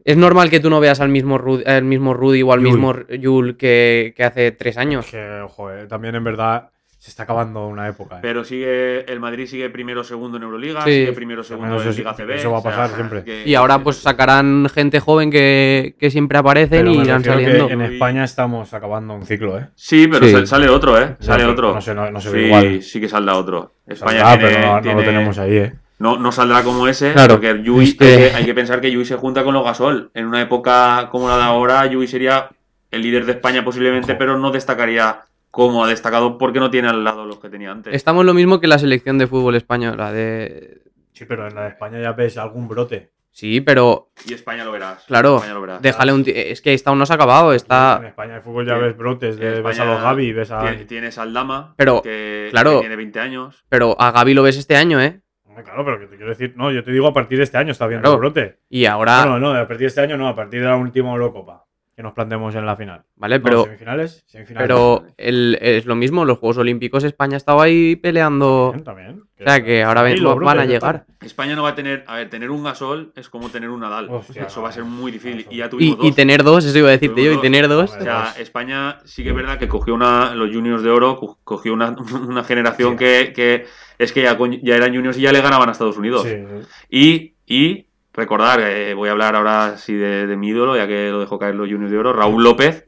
[SPEAKER 2] Es normal que tú no veas al mismo Rudy, al mismo Rudy o al
[SPEAKER 1] Yul.
[SPEAKER 2] mismo Yul que, que hace tres años.
[SPEAKER 1] Que, ojo, eh, también en verdad se está acabando una época. eh.
[SPEAKER 3] Pero sigue, el Madrid sigue primero segundo en Euroliga,
[SPEAKER 2] Sí.
[SPEAKER 3] sigue primero segundo
[SPEAKER 1] menos
[SPEAKER 3] en
[SPEAKER 1] eso-
[SPEAKER 3] Liga CB.
[SPEAKER 1] eso va a pasar siempre.
[SPEAKER 3] que-
[SPEAKER 2] Y ahora pues sacarán gente joven que, que siempre aparecen
[SPEAKER 1] Pero
[SPEAKER 2] y
[SPEAKER 1] me
[SPEAKER 2] irán
[SPEAKER 1] refiero que
[SPEAKER 2] saliendo.
[SPEAKER 1] en España estamos acabando un ciclo, ¿eh?
[SPEAKER 3] Sí, pero
[SPEAKER 2] Sí.
[SPEAKER 3] sal- sale otro, ¿eh? Sale
[SPEAKER 1] pero
[SPEAKER 3] otro.
[SPEAKER 1] no se- no- no se
[SPEAKER 3] sí,
[SPEAKER 1] ve igual.
[SPEAKER 3] sí que saldrá otro. España
[SPEAKER 1] Ah,
[SPEAKER 3] tiene-
[SPEAKER 1] pero no, no
[SPEAKER 3] tiene-
[SPEAKER 1] lo tenemos ahí, ¿eh?
[SPEAKER 3] no- no saldrá como ese,
[SPEAKER 2] Claro,
[SPEAKER 3] porque Yui-
[SPEAKER 2] es que-
[SPEAKER 3] hay, que, hay que pensar que Yui se junta con los Gasol. En una época como la de ahora, Yui sería el líder de España posiblemente,
[SPEAKER 1] Ojo.
[SPEAKER 3] pero no destacaría como ha destacado porque no tiene al lado los que tenía antes.
[SPEAKER 2] Estamos lo mismo que la selección de fútbol española. De...
[SPEAKER 1] Sí, pero en la de España ya ves algún brote.
[SPEAKER 2] Sí, pero
[SPEAKER 3] Y España lo verás.
[SPEAKER 2] claro,
[SPEAKER 3] España lo verás.
[SPEAKER 2] déjale un. ti- Es que está aún no se ha acabado.
[SPEAKER 1] En
[SPEAKER 2] Está.
[SPEAKER 1] España el fútbol ya
[SPEAKER 3] Sí.
[SPEAKER 1] ves brotes, de-
[SPEAKER 3] En
[SPEAKER 1] ves a
[SPEAKER 3] España
[SPEAKER 1] los Gaby, ves a...
[SPEAKER 3] Tien- Tienes al Dama,
[SPEAKER 2] Pero,
[SPEAKER 3] que,
[SPEAKER 2] claro.
[SPEAKER 3] que tiene 20 años.
[SPEAKER 2] Pero a Gaby lo ves este año, ¿eh?
[SPEAKER 1] Hombre, Claro, pero que te quiero decir, no, yo te digo a partir de este año está viendo
[SPEAKER 2] Claro. Ah.
[SPEAKER 1] el brote.
[SPEAKER 2] Y ahora.
[SPEAKER 1] No, no, a partir de este año no, a partir de la última Eurocopa que nos planteemos en la final.
[SPEAKER 2] vale,
[SPEAKER 1] No,
[SPEAKER 2] pero.
[SPEAKER 1] semifinales, semifinales.
[SPEAKER 2] Pero el- es lo mismo, los Juegos Olímpicos España estaba ahí peleando.
[SPEAKER 1] También, también.
[SPEAKER 2] O sea que ahora
[SPEAKER 1] Ahí
[SPEAKER 2] ven-
[SPEAKER 1] los
[SPEAKER 2] van a
[SPEAKER 1] brotes,
[SPEAKER 2] llegar.
[SPEAKER 3] España no va a tener. A ver, tener un Gasol es como tener un Nadal.
[SPEAKER 1] Hostia,
[SPEAKER 3] Eso va a ser muy difícil.
[SPEAKER 1] Gasol.
[SPEAKER 3] Y ya tuvimos
[SPEAKER 2] Y, y
[SPEAKER 3] dos.
[SPEAKER 2] tener dos, eso iba a decirte yo, y
[SPEAKER 3] Tuvimos
[SPEAKER 2] tener
[SPEAKER 1] dos.
[SPEAKER 2] dos.
[SPEAKER 1] Hombre,
[SPEAKER 3] O sea,
[SPEAKER 1] Además-
[SPEAKER 3] España sí que es verdad que cogió una, los juniors de oro, co- cogió una, una generación
[SPEAKER 1] Sí.
[SPEAKER 3] que, que es que ya, con- ya eran juniors y ya le ganaban a Estados Unidos.
[SPEAKER 1] Sí, sí.
[SPEAKER 3] Y, y recordar, eh, voy a hablar ahora sí de, de mi ídolo, ya que lo dejó caer los juniors de oro, Raúl López,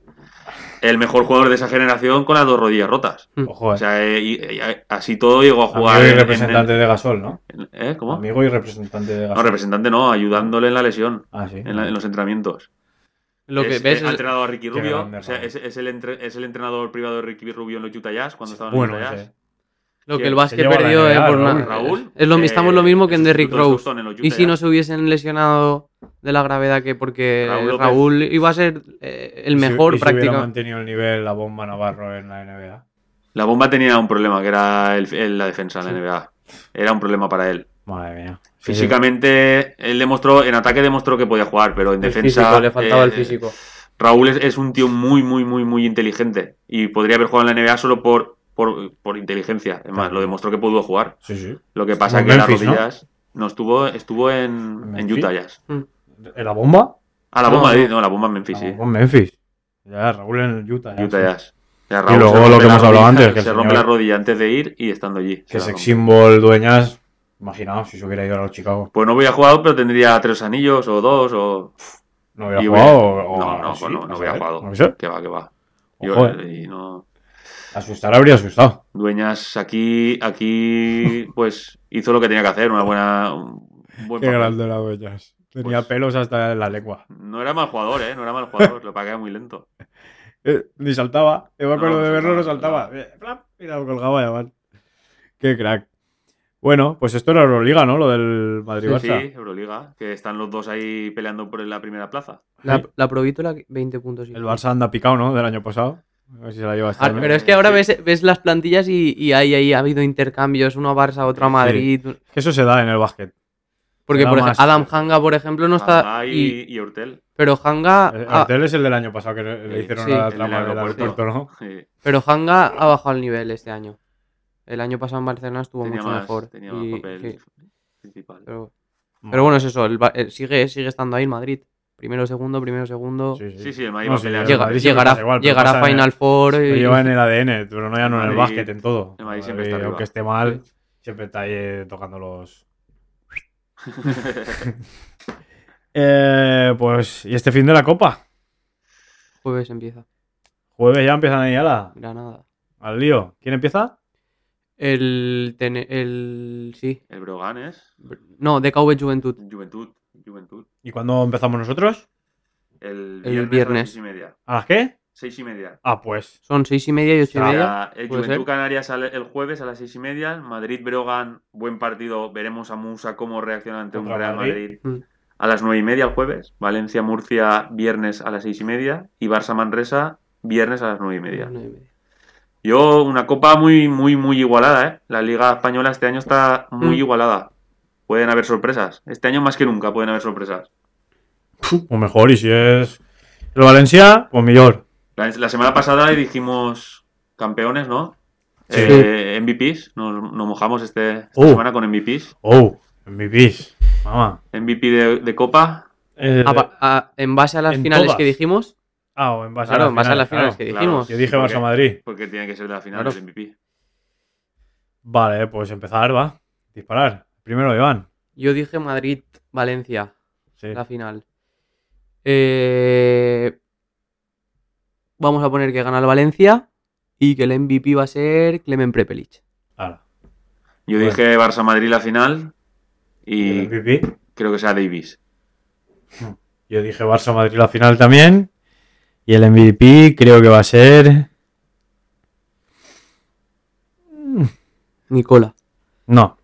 [SPEAKER 3] el mejor jugador de esa generación con las dos rodillas rotas.
[SPEAKER 1] Ojo, eh.
[SPEAKER 3] O sea, eh, y- y así todo llegó a jugar.
[SPEAKER 1] Amigo y
[SPEAKER 3] en- en-
[SPEAKER 1] representante de Gasol, ¿no?
[SPEAKER 3] en- ¿eh? ¿Cómo?
[SPEAKER 1] Amigo y representante de
[SPEAKER 3] No,
[SPEAKER 1] Gasol.
[SPEAKER 3] representante no, ayudándole en la lesión,
[SPEAKER 1] ah, sí.
[SPEAKER 3] en, la- en los entrenamientos.
[SPEAKER 2] Lo que
[SPEAKER 3] Es-
[SPEAKER 2] ves
[SPEAKER 3] eh, ha
[SPEAKER 2] es-
[SPEAKER 3] entrenado a Ricky
[SPEAKER 1] Qué
[SPEAKER 3] Rubio.
[SPEAKER 1] grande,
[SPEAKER 3] o sea,
[SPEAKER 1] Raúl.
[SPEAKER 3] es, es el entre- es el entrenador privado de Ricky Rubio en los Utah Jazz cuando estaba en
[SPEAKER 1] bueno,
[SPEAKER 3] los Utah Jazz.
[SPEAKER 1] ese.
[SPEAKER 2] lo que
[SPEAKER 3] que
[SPEAKER 2] el
[SPEAKER 1] se
[SPEAKER 2] básquet
[SPEAKER 1] lleva la
[SPEAKER 2] perdió eh,
[SPEAKER 1] NBA,
[SPEAKER 2] por
[SPEAKER 1] ¿no?
[SPEAKER 2] nada.
[SPEAKER 3] Raúl,
[SPEAKER 2] Es lo,
[SPEAKER 3] eh,
[SPEAKER 2] estamos lo mismo que en
[SPEAKER 3] es
[SPEAKER 2] Derrick
[SPEAKER 3] sustituto de
[SPEAKER 2] Rose.
[SPEAKER 3] Stockton en los Utah
[SPEAKER 2] Y si
[SPEAKER 3] Jazz.
[SPEAKER 2] no se hubiesen lesionado de la gravedad que porque
[SPEAKER 3] Raúl
[SPEAKER 2] Raúl,
[SPEAKER 3] López.
[SPEAKER 2] iba a ser eh, el
[SPEAKER 1] Y si-
[SPEAKER 2] mejor
[SPEAKER 1] y si hubiera
[SPEAKER 2] prácticamente.
[SPEAKER 1] mantenido el nivel la bomba Navarro en la NBA.
[SPEAKER 3] La bomba tenía un problema, que era el- el- la defensa en la NBA. Era un problema para él.
[SPEAKER 1] Madre mía. Sí, sí.
[SPEAKER 3] Físicamente, él demostró, en ataque demostró que podía jugar, pero en
[SPEAKER 2] El
[SPEAKER 3] defensa.
[SPEAKER 2] físico, le faltaba
[SPEAKER 3] eh,
[SPEAKER 2] el físico.
[SPEAKER 3] Raúl es, es un tío muy, muy, muy, muy inteligente. Y podría haber jugado en la NBA solo por, por, por inteligencia. Es más,
[SPEAKER 1] Claro.
[SPEAKER 3] lo demostró que pudo jugar.
[SPEAKER 1] Sí, sí.
[SPEAKER 3] Lo que pasa
[SPEAKER 1] en
[SPEAKER 3] que las
[SPEAKER 1] Memphis, ¿no?
[SPEAKER 3] rodillas. No, estuvo, estuvo en, en
[SPEAKER 1] Memphis.
[SPEAKER 3] Utah Jazz.
[SPEAKER 1] ¿En la bomba?
[SPEAKER 3] Ah, la
[SPEAKER 2] No,
[SPEAKER 3] bomba,
[SPEAKER 2] no.
[SPEAKER 3] de- no, la bomba en Memphis,
[SPEAKER 1] Ah,
[SPEAKER 3] sí.
[SPEAKER 1] Con Memphis. Ya, Raúl en Utah. ya,
[SPEAKER 3] Utah
[SPEAKER 1] sí.
[SPEAKER 3] Jazz. Ya,
[SPEAKER 1] Y luego
[SPEAKER 3] se rompe
[SPEAKER 1] lo que
[SPEAKER 3] la
[SPEAKER 1] hemos hablado
[SPEAKER 3] rodilla,
[SPEAKER 1] antes, que el
[SPEAKER 3] se rompe
[SPEAKER 1] señor-
[SPEAKER 3] la rodilla antes de ir y estando allí. se
[SPEAKER 1] Que
[SPEAKER 3] la
[SPEAKER 1] sex
[SPEAKER 3] rompe.
[SPEAKER 1] symbol dueñas. Imaginaos si se hubiera ido a los Chicago.
[SPEAKER 3] Pues no hubiera jugado, pero tendría tres anillos o dos o.
[SPEAKER 1] No hubiera
[SPEAKER 3] Y
[SPEAKER 1] jugado.
[SPEAKER 3] hubiera-
[SPEAKER 1] o- o-
[SPEAKER 3] no, no,
[SPEAKER 1] Oh, sí,
[SPEAKER 3] pues no, no
[SPEAKER 1] a
[SPEAKER 3] hubiera
[SPEAKER 1] saber,
[SPEAKER 3] jugado.
[SPEAKER 1] no sé.
[SPEAKER 3] Que va, que va.
[SPEAKER 1] Ojo,
[SPEAKER 3] Yo,
[SPEAKER 1] eh.
[SPEAKER 3] y no.
[SPEAKER 1] Asustar habría asustado.
[SPEAKER 3] Dueñas aquí, aquí, pues hizo lo que tenía que hacer, una buena. un buen papel.
[SPEAKER 1] la dueñas.
[SPEAKER 3] Tenía Pues-
[SPEAKER 1] pelos hasta la lengua.
[SPEAKER 3] No era mal jugador, ¿eh? No era mal jugador, lo pagué muy lento.
[SPEAKER 1] Eh, ni saltaba. Yo me
[SPEAKER 3] No,
[SPEAKER 1] acuerdo
[SPEAKER 3] no
[SPEAKER 1] de verlo, no
[SPEAKER 3] saltaba,
[SPEAKER 1] saltaba. Eh, plap, y la colgaba ya, van. Qué crack. Bueno, pues esto era Euroliga, ¿no? Lo del Madrid-Barça.
[SPEAKER 3] Sí, Euroliga, que están los dos ahí peleando por la primera plaza.
[SPEAKER 2] La,
[SPEAKER 1] Sí.
[SPEAKER 2] la Provítola, 20 puntos. y
[SPEAKER 1] El Barça anda picado, ¿no? Del año pasado. A ver si se la lleva este
[SPEAKER 2] Ah,
[SPEAKER 1] año.
[SPEAKER 2] pero es que ahora
[SPEAKER 3] Sí.
[SPEAKER 2] ves, ves las plantillas y, y ahí, ahí ha habido intercambios, uno a Barça, otro a
[SPEAKER 1] Sí.
[SPEAKER 2] Madrid.
[SPEAKER 1] Es que eso se da en el básquet.
[SPEAKER 2] Porque
[SPEAKER 1] Nada
[SPEAKER 2] por ej-
[SPEAKER 1] más.
[SPEAKER 2] Adam Hanga, por ejemplo, no está.
[SPEAKER 3] Hanga
[SPEAKER 2] y-
[SPEAKER 3] y, y Hortel.
[SPEAKER 2] pero Hanga.
[SPEAKER 1] El
[SPEAKER 2] ha-
[SPEAKER 1] Eh, Artel es el del año pasado que le le
[SPEAKER 3] Ah, Sí,
[SPEAKER 1] hicieron
[SPEAKER 2] sí,
[SPEAKER 1] la
[SPEAKER 3] el del
[SPEAKER 1] trama del
[SPEAKER 3] aeropuerto.
[SPEAKER 1] aeropuerto, ¿no?
[SPEAKER 3] Sí,
[SPEAKER 2] Pero Hanga ha bajado el nivel este año. El año pasado en Barcelona estuvo
[SPEAKER 3] tenía
[SPEAKER 2] mucho
[SPEAKER 3] más,
[SPEAKER 2] mejor.
[SPEAKER 3] tenía
[SPEAKER 2] y- Eh,
[SPEAKER 3] más papel
[SPEAKER 2] sí,
[SPEAKER 3] principal.
[SPEAKER 2] pero, pero bueno, es eso. el Ba- eh, sigue, sigue estando ahí el Madrid. Primero, segundo, primero, segundo.
[SPEAKER 3] Sí, sí, el Madrid
[SPEAKER 1] No,
[SPEAKER 3] va a
[SPEAKER 1] sí,
[SPEAKER 3] pelear.
[SPEAKER 1] el
[SPEAKER 2] Llega-
[SPEAKER 1] Madrid siempre
[SPEAKER 2] llegará
[SPEAKER 1] pasa igual, pero
[SPEAKER 2] llegará
[SPEAKER 1] pasa
[SPEAKER 2] a
[SPEAKER 1] en
[SPEAKER 2] Final
[SPEAKER 1] el-
[SPEAKER 2] Four.
[SPEAKER 1] Lo
[SPEAKER 2] y-
[SPEAKER 1] lleva en el ADN, pero no ya no en el
[SPEAKER 3] Madrid-
[SPEAKER 1] básquet, en todo.
[SPEAKER 3] el Madrid siempre está arriba.
[SPEAKER 1] aunque esté mal, siempre está ahí eh, tocando los. Eh, pues, ¿y este fin de la copa?
[SPEAKER 2] Jueves empieza.
[SPEAKER 1] Jueves ya empiezan ahí ala,
[SPEAKER 2] Granada.
[SPEAKER 1] al lío. ¿Quién empieza?
[SPEAKER 2] El. Tene- el sí.
[SPEAKER 3] el Brogan es
[SPEAKER 2] No, DKV Juventud.
[SPEAKER 3] Juventud. Juventud.
[SPEAKER 1] ¿Y cuándo empezamos nosotros?
[SPEAKER 3] El
[SPEAKER 2] El
[SPEAKER 3] viernes, a
[SPEAKER 2] viernes.
[SPEAKER 3] las seis y media.
[SPEAKER 1] ¿A las qué?
[SPEAKER 3] Seis y media.
[SPEAKER 1] Ah, pues.
[SPEAKER 2] Son seis y media y ocho y
[SPEAKER 1] Ah,
[SPEAKER 3] O
[SPEAKER 2] media.
[SPEAKER 3] sea, el
[SPEAKER 2] ¿Puede ser?
[SPEAKER 3] Juventud Canarias al- el jueves a las seis y media. Madrid Brogan, buen partido. Veremos a Musa cómo reacciona ante un
[SPEAKER 1] Contra
[SPEAKER 3] Real
[SPEAKER 1] Madrid.
[SPEAKER 3] Madrid.
[SPEAKER 2] Mm.
[SPEAKER 3] A las nueve y media el jueves. Valencia Murcia viernes a las seis y media. Y Barça Manresa viernes a las nueve y media.
[SPEAKER 2] Nueve y media.
[SPEAKER 3] Yo, una copa muy, muy, muy igualada, ¿eh? La Liga Española este año está muy
[SPEAKER 2] Mm.
[SPEAKER 3] igualada. Pueden haber sorpresas. Este año más que nunca pueden haber sorpresas.
[SPEAKER 1] O pues mejor, y si es el Valencia, pues mejor.
[SPEAKER 3] La, la semana pasada dijimos campeones, ¿no?
[SPEAKER 1] Sí.
[SPEAKER 3] Eh, MVPs. Nos, nos mojamos este, esta
[SPEAKER 1] Uh.
[SPEAKER 3] semana con MVPs.
[SPEAKER 1] Oh, MVPs. Mamá.
[SPEAKER 3] MVP de, de Copa.
[SPEAKER 1] Eh,
[SPEAKER 2] Ah, pa- ah, en base a las
[SPEAKER 1] en
[SPEAKER 2] finales que
[SPEAKER 1] todas.
[SPEAKER 2] dijimos.
[SPEAKER 1] ah, o en base
[SPEAKER 2] Claro,
[SPEAKER 1] a las
[SPEAKER 2] en base a las finales
[SPEAKER 1] finales,
[SPEAKER 2] que
[SPEAKER 3] claro.
[SPEAKER 2] dijimos.
[SPEAKER 1] claro. Yo dije
[SPEAKER 3] ¿Por qué?
[SPEAKER 1] Barça Madrid.
[SPEAKER 3] Porque tiene que ser de la final
[SPEAKER 2] Claro.
[SPEAKER 3] el MVP.
[SPEAKER 1] Vale, pues empezar, va. Disparar. Primero, Iván.
[SPEAKER 2] Yo dije Madrid-Valencia,
[SPEAKER 1] Sí.
[SPEAKER 2] la final. Eh, Vamos a poner que gana el Valencia y que el MVP va a ser Clemen Prepelic.
[SPEAKER 1] Ala.
[SPEAKER 3] Yo
[SPEAKER 1] Bueno.
[SPEAKER 3] dije Barça Madrid la final. Y
[SPEAKER 1] El MVP.
[SPEAKER 3] creo que sea Davis.
[SPEAKER 1] Yo dije Barça Madrid la final también. Y el MVP creo que va a ser.
[SPEAKER 2] Nicola.
[SPEAKER 1] No.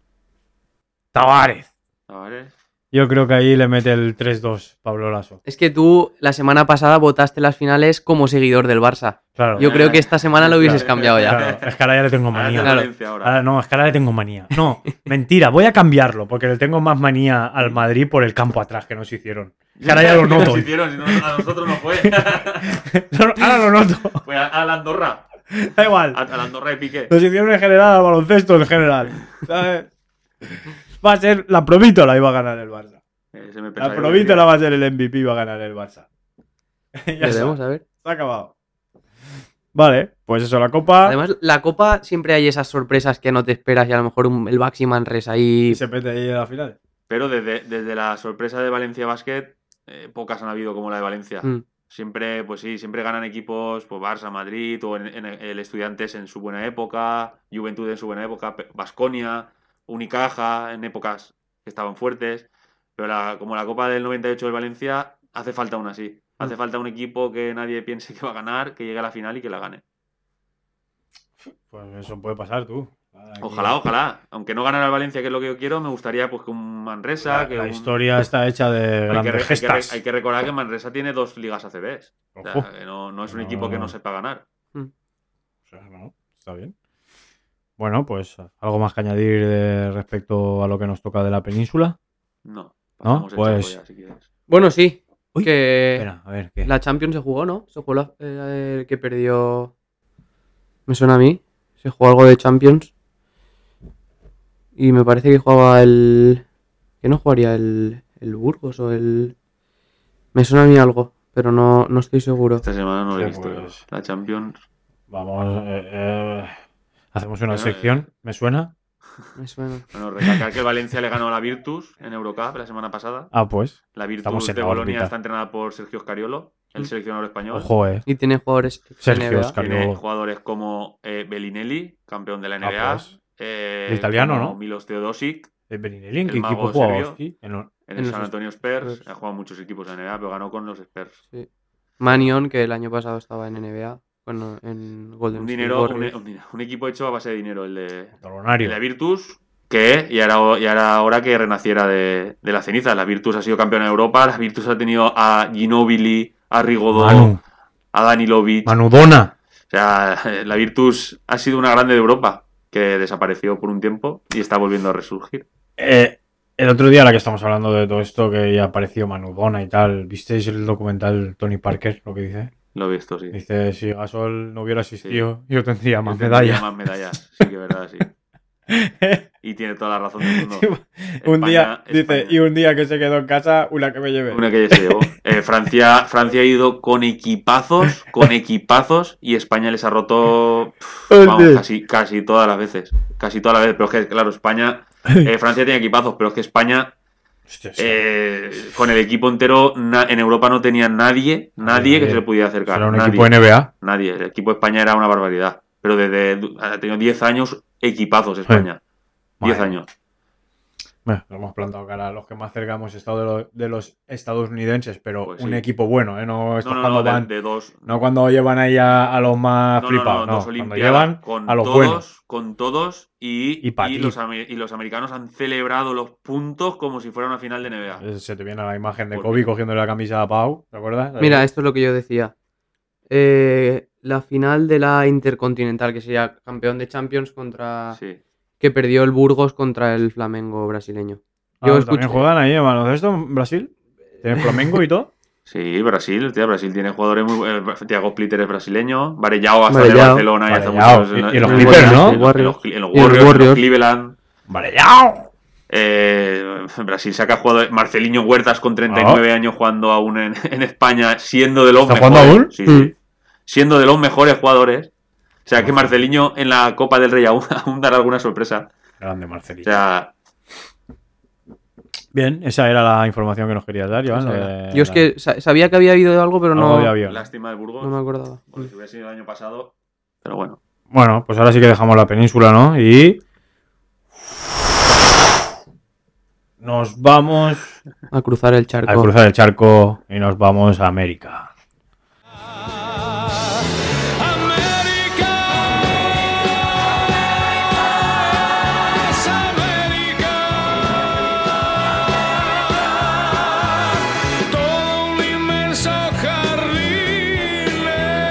[SPEAKER 1] Tavares.
[SPEAKER 3] Tavares.
[SPEAKER 1] Yo creo que ahí le mete el 3-2 Pablo Lasso.
[SPEAKER 2] Es que tú la semana pasada votaste las finales como seguidor del Barça.
[SPEAKER 1] Claro.
[SPEAKER 2] Yo creo que esta semana lo hubieses
[SPEAKER 3] Claro.
[SPEAKER 2] cambiado ya.
[SPEAKER 1] Claro, Es que ahora ya le tengo
[SPEAKER 3] Ahora
[SPEAKER 1] manía.
[SPEAKER 3] es de
[SPEAKER 2] Claro.
[SPEAKER 3] Valencia ahora.
[SPEAKER 1] Ahora no, es que ahora le tengo manía. No, mentira, voy a cambiarlo porque le tengo más manía al Madrid por el campo atrás que nos hicieron. Que ahora ya lo
[SPEAKER 3] Nos
[SPEAKER 1] noto. ¿eh?
[SPEAKER 3] hicieron, si no, a nosotros no fue.
[SPEAKER 1] ahora lo noto.
[SPEAKER 3] Fue a, a la Andorra.
[SPEAKER 1] Da igual.
[SPEAKER 3] A, a la Andorra de Piqué.
[SPEAKER 1] Nos hicieron en general al baloncesto en general. ¿sabes? Va a ser la provítola iba a ganar el Barça.
[SPEAKER 3] Eh, se me pensaba
[SPEAKER 1] La
[SPEAKER 3] que lo
[SPEAKER 1] provítola
[SPEAKER 3] decía.
[SPEAKER 1] va a ser el MVP y va a ganar el Barça. ya está,
[SPEAKER 2] Veremos, a ver.
[SPEAKER 1] se ha acabado. Vale, pues eso, la copa.
[SPEAKER 2] Además, la Copa siempre hay esas sorpresas que no te esperas y a lo mejor un- el Baxi Manres ahí.
[SPEAKER 1] y se mete ahí en la final.
[SPEAKER 3] Pero desde, desde la sorpresa de Valencia Basket, eh, pocas han habido como la de Valencia.
[SPEAKER 2] Mm.
[SPEAKER 3] Siempre, pues sí, siempre ganan equipos, pues Barça, Madrid, o en, en el Estudiantes en su buena época, Juventud en su buena época, Vasconia, Unicaja, en épocas que estaban fuertes. Pero la- como la Copa del 98 del Valencia, hace falta una así.
[SPEAKER 1] Mm.
[SPEAKER 3] Hace falta un equipo que nadie piense que va a ganar, que llegue a la final y que la gane.
[SPEAKER 1] Pues eso puede pasar tú. Aquí-
[SPEAKER 3] Ojalá, ojalá. Aunque no ganara el Valencia, que es lo que yo quiero, me gustaría pues que un Manresa,
[SPEAKER 1] La,
[SPEAKER 3] que
[SPEAKER 1] la
[SPEAKER 3] un-
[SPEAKER 1] historia está hecha de
[SPEAKER 3] Hay que,
[SPEAKER 1] grandes
[SPEAKER 3] re- hay que re-
[SPEAKER 1] gestas.
[SPEAKER 3] hay que recordar que Manresa tiene dos ligas ACBs. O sea,
[SPEAKER 1] Ojo.
[SPEAKER 3] que no, no es un
[SPEAKER 1] No,
[SPEAKER 3] equipo que
[SPEAKER 1] no.
[SPEAKER 3] no sepa ganar.
[SPEAKER 1] O sea, bueno, está bien. Bueno, pues algo más que añadir de- respecto a lo que nos toca de la península.
[SPEAKER 3] No.
[SPEAKER 1] ¿No?
[SPEAKER 3] Pasamos el
[SPEAKER 1] Pues-
[SPEAKER 3] Chaco ya, si quieres.
[SPEAKER 2] Bueno, sí.
[SPEAKER 1] Uy,
[SPEAKER 2] que...
[SPEAKER 3] Eh,
[SPEAKER 1] Espera, a ver, ¿qué?
[SPEAKER 2] Eh, La Champions se jugó, ¿no? Se jugó la- eh, eh, que perdió. Me suena a mí. Se jugó algo de Champions. Y me parece que jugaba el. Que no jugaría el, el Burgos o el. Me suena a mí algo, pero no, no estoy seguro.
[SPEAKER 3] Esta semana no lo he
[SPEAKER 1] Sí,
[SPEAKER 3] visto.
[SPEAKER 1] pues.
[SPEAKER 3] La Champions.
[SPEAKER 1] Vamos, eh, eh, hacemos una
[SPEAKER 3] Bueno, eh,
[SPEAKER 1] sección, ¿me suena?
[SPEAKER 2] Me suena.
[SPEAKER 3] Bueno, recalcar que el Valencia le ganó a la Virtus en Eurocup la semana pasada.
[SPEAKER 1] Ah, pues,
[SPEAKER 3] La Virtus
[SPEAKER 1] Estamos en
[SPEAKER 3] de
[SPEAKER 1] la
[SPEAKER 3] Bolonia
[SPEAKER 1] órbita.
[SPEAKER 3] está entrenada por Sergio Scariolo, el
[SPEAKER 2] Mm.
[SPEAKER 3] seleccionador español.
[SPEAKER 1] ojo, eh.
[SPEAKER 2] Y tiene jugadores. ex
[SPEAKER 1] Sergio
[SPEAKER 2] NBA.
[SPEAKER 1] Oscar.
[SPEAKER 3] Tiene
[SPEAKER 1] Scariolo.
[SPEAKER 3] jugadores como eh, Bellinelli, campeón de la NBA.
[SPEAKER 1] pues.
[SPEAKER 3] eh,
[SPEAKER 1] El italiano,
[SPEAKER 3] como
[SPEAKER 1] ¿no?
[SPEAKER 3] Milos Teodosic,
[SPEAKER 1] Eh, Beninelli, ¿en
[SPEAKER 3] El
[SPEAKER 1] qué
[SPEAKER 3] mago
[SPEAKER 1] equipo jugaba?
[SPEAKER 3] serbio.
[SPEAKER 1] Hostia, en lo-
[SPEAKER 3] en
[SPEAKER 2] En
[SPEAKER 3] el
[SPEAKER 2] los
[SPEAKER 3] San Antonio Spurs.
[SPEAKER 2] Spurs.
[SPEAKER 3] Ha jugado en muchos equipos de la NBA, pero ganó con los Spurs.
[SPEAKER 2] Manion, que el año pasado estaba en NBA. Bueno, en Golden
[SPEAKER 3] Un
[SPEAKER 2] State
[SPEAKER 3] dinero, un,
[SPEAKER 2] Warriors.
[SPEAKER 3] un dinero- un equipo hecho a base de dinero, el de, el
[SPEAKER 1] Talonario.
[SPEAKER 3] de Virtus, que y ahora, y ahora hora que renaciera de, de la ceniza. La Virtus ha sido campeona de Europa, la Virtus ha tenido a Ginobili, a Rigodó,
[SPEAKER 1] Manu,
[SPEAKER 3] a Danilovic.
[SPEAKER 1] Manudona.
[SPEAKER 3] O sea, eh, la Virtus ha sido una grande de Europa que desapareció por un tiempo y está volviendo a resurgir.
[SPEAKER 1] Eh, el otro día, ahora que estamos hablando de todo esto, que ya apareció Manudona y tal, ¿visteis el documental Tony Parker? Lo que dice.
[SPEAKER 3] Lo he visto, sí.
[SPEAKER 1] Dice: si Gasol no hubiera existido, yo tendría más
[SPEAKER 3] Yo tendría
[SPEAKER 1] medallas.
[SPEAKER 3] Más medallas, sí que es verdad, sí. Y tiene toda la razón del mundo.
[SPEAKER 1] un
[SPEAKER 3] España-
[SPEAKER 1] día, dice,
[SPEAKER 3] España.
[SPEAKER 1] y un día que se quedó en casa, una que me llevé.
[SPEAKER 3] Una que ya se llevó. Eh, Francia, Francia ha ido con equipazos, con equipazos, y España les ha roto pf, vamos,
[SPEAKER 1] Hostia.
[SPEAKER 3] casi, casi todas las veces. Casi todas las veces. Pero es que, claro, España. eh, Francia tiene equipazos, pero es que España,
[SPEAKER 1] Hostia, sí.
[SPEAKER 3] eh, con el equipo entero, na- en Europa no tenía nadie, nadie que se le pudiera acercar.
[SPEAKER 1] Será un
[SPEAKER 3] nadie.
[SPEAKER 1] equipo NBA.
[SPEAKER 3] Nadie. El equipo de España era una barbaridad. Pero desde. Ha tenido 10 años equipazos España. 10
[SPEAKER 1] Madre.
[SPEAKER 3] años.
[SPEAKER 1] Bueno, lo hemos plantado cara a los que más cerca hemos estado de, lo- de los estadounidenses, pero
[SPEAKER 3] Pues
[SPEAKER 1] un
[SPEAKER 3] sí.
[SPEAKER 1] equipo bueno, ¿eh? No, estos
[SPEAKER 3] No, no,
[SPEAKER 1] cuando
[SPEAKER 3] no, de,
[SPEAKER 1] van-
[SPEAKER 3] de dos.
[SPEAKER 1] no cuando llevan ahí a, a los más
[SPEAKER 3] No, no,
[SPEAKER 1] flipados, no,
[SPEAKER 3] no, dos
[SPEAKER 1] cuando
[SPEAKER 3] Olimpiadas
[SPEAKER 1] llevan
[SPEAKER 3] con
[SPEAKER 1] a los
[SPEAKER 3] todos,
[SPEAKER 1] buenos.
[SPEAKER 3] con todos y,
[SPEAKER 1] Y pa'
[SPEAKER 3] y
[SPEAKER 1] ti.
[SPEAKER 3] los, ame- y los americanos han celebrado los puntos como si fuera una final de NBA.
[SPEAKER 1] Eh, Se te viene la imagen de
[SPEAKER 3] Por
[SPEAKER 1] Kobe
[SPEAKER 3] mí.
[SPEAKER 1] cogiendo la camisa a Pau, ¿te acuerdas?
[SPEAKER 2] Mira, esto es lo que yo decía. Eh, la final de la Intercontinental, que sería campeón de Champions contra.
[SPEAKER 3] Sí.
[SPEAKER 2] que perdió el Burgos contra el Flamengo brasileño.
[SPEAKER 1] Ah,
[SPEAKER 2] yo
[SPEAKER 1] ¿También
[SPEAKER 2] escuché-
[SPEAKER 1] juegan ahí en baloncesto en Brasil? ¿Tienen Flamengo y todo?
[SPEAKER 3] Sí, Brasil, tío, Brasil tiene jugadores muy eh, Thiago Splitter es brasileño, Varellao hasta en el
[SPEAKER 2] Varellao.
[SPEAKER 3] Barcelona y hace
[SPEAKER 1] Varellao.
[SPEAKER 3] muchos- en-
[SPEAKER 1] Y- y los
[SPEAKER 3] en-
[SPEAKER 1] Clippers, ¿no?
[SPEAKER 3] En los, en
[SPEAKER 2] Y
[SPEAKER 3] los- en los
[SPEAKER 2] los
[SPEAKER 3] Warriors, en los
[SPEAKER 2] Warriors.
[SPEAKER 3] Cleveland.
[SPEAKER 1] ¡Vale, ya!
[SPEAKER 3] Eh, Brasil saca jugadores. Marcelinho Huertas con 39 años jugando aún en, en España, siendo de los
[SPEAKER 1] Ah. ¿Está
[SPEAKER 3] mejores.
[SPEAKER 1] jugando aún?
[SPEAKER 3] Sí,
[SPEAKER 2] Mm.
[SPEAKER 3] sí. Siendo de los mejores jugadores. O sea que Marcelinho en la Copa del Rey aún, aún dará alguna sorpresa.
[SPEAKER 1] Grande
[SPEAKER 3] O
[SPEAKER 1] Marcelito.
[SPEAKER 3] sea,
[SPEAKER 1] Bien, esa era la información que nos querías dar, Joan.
[SPEAKER 2] Esa
[SPEAKER 1] lo
[SPEAKER 2] era.
[SPEAKER 1] de
[SPEAKER 2] Yo es
[SPEAKER 1] la-
[SPEAKER 2] que sa- sabía que había habido algo, pero
[SPEAKER 1] algo
[SPEAKER 2] no,
[SPEAKER 1] de avión.
[SPEAKER 3] lástima de Burgos.
[SPEAKER 2] no me acordaba.
[SPEAKER 3] porque si hubiera sido el año pasado. Pero bueno.
[SPEAKER 1] Bueno, pues ahora sí que dejamos la península, ¿no? Y. Nos vamos
[SPEAKER 2] A cruzar el charco.
[SPEAKER 1] a cruzar el charco y nos vamos a América.
[SPEAKER 4] Todo un inmenso jardín,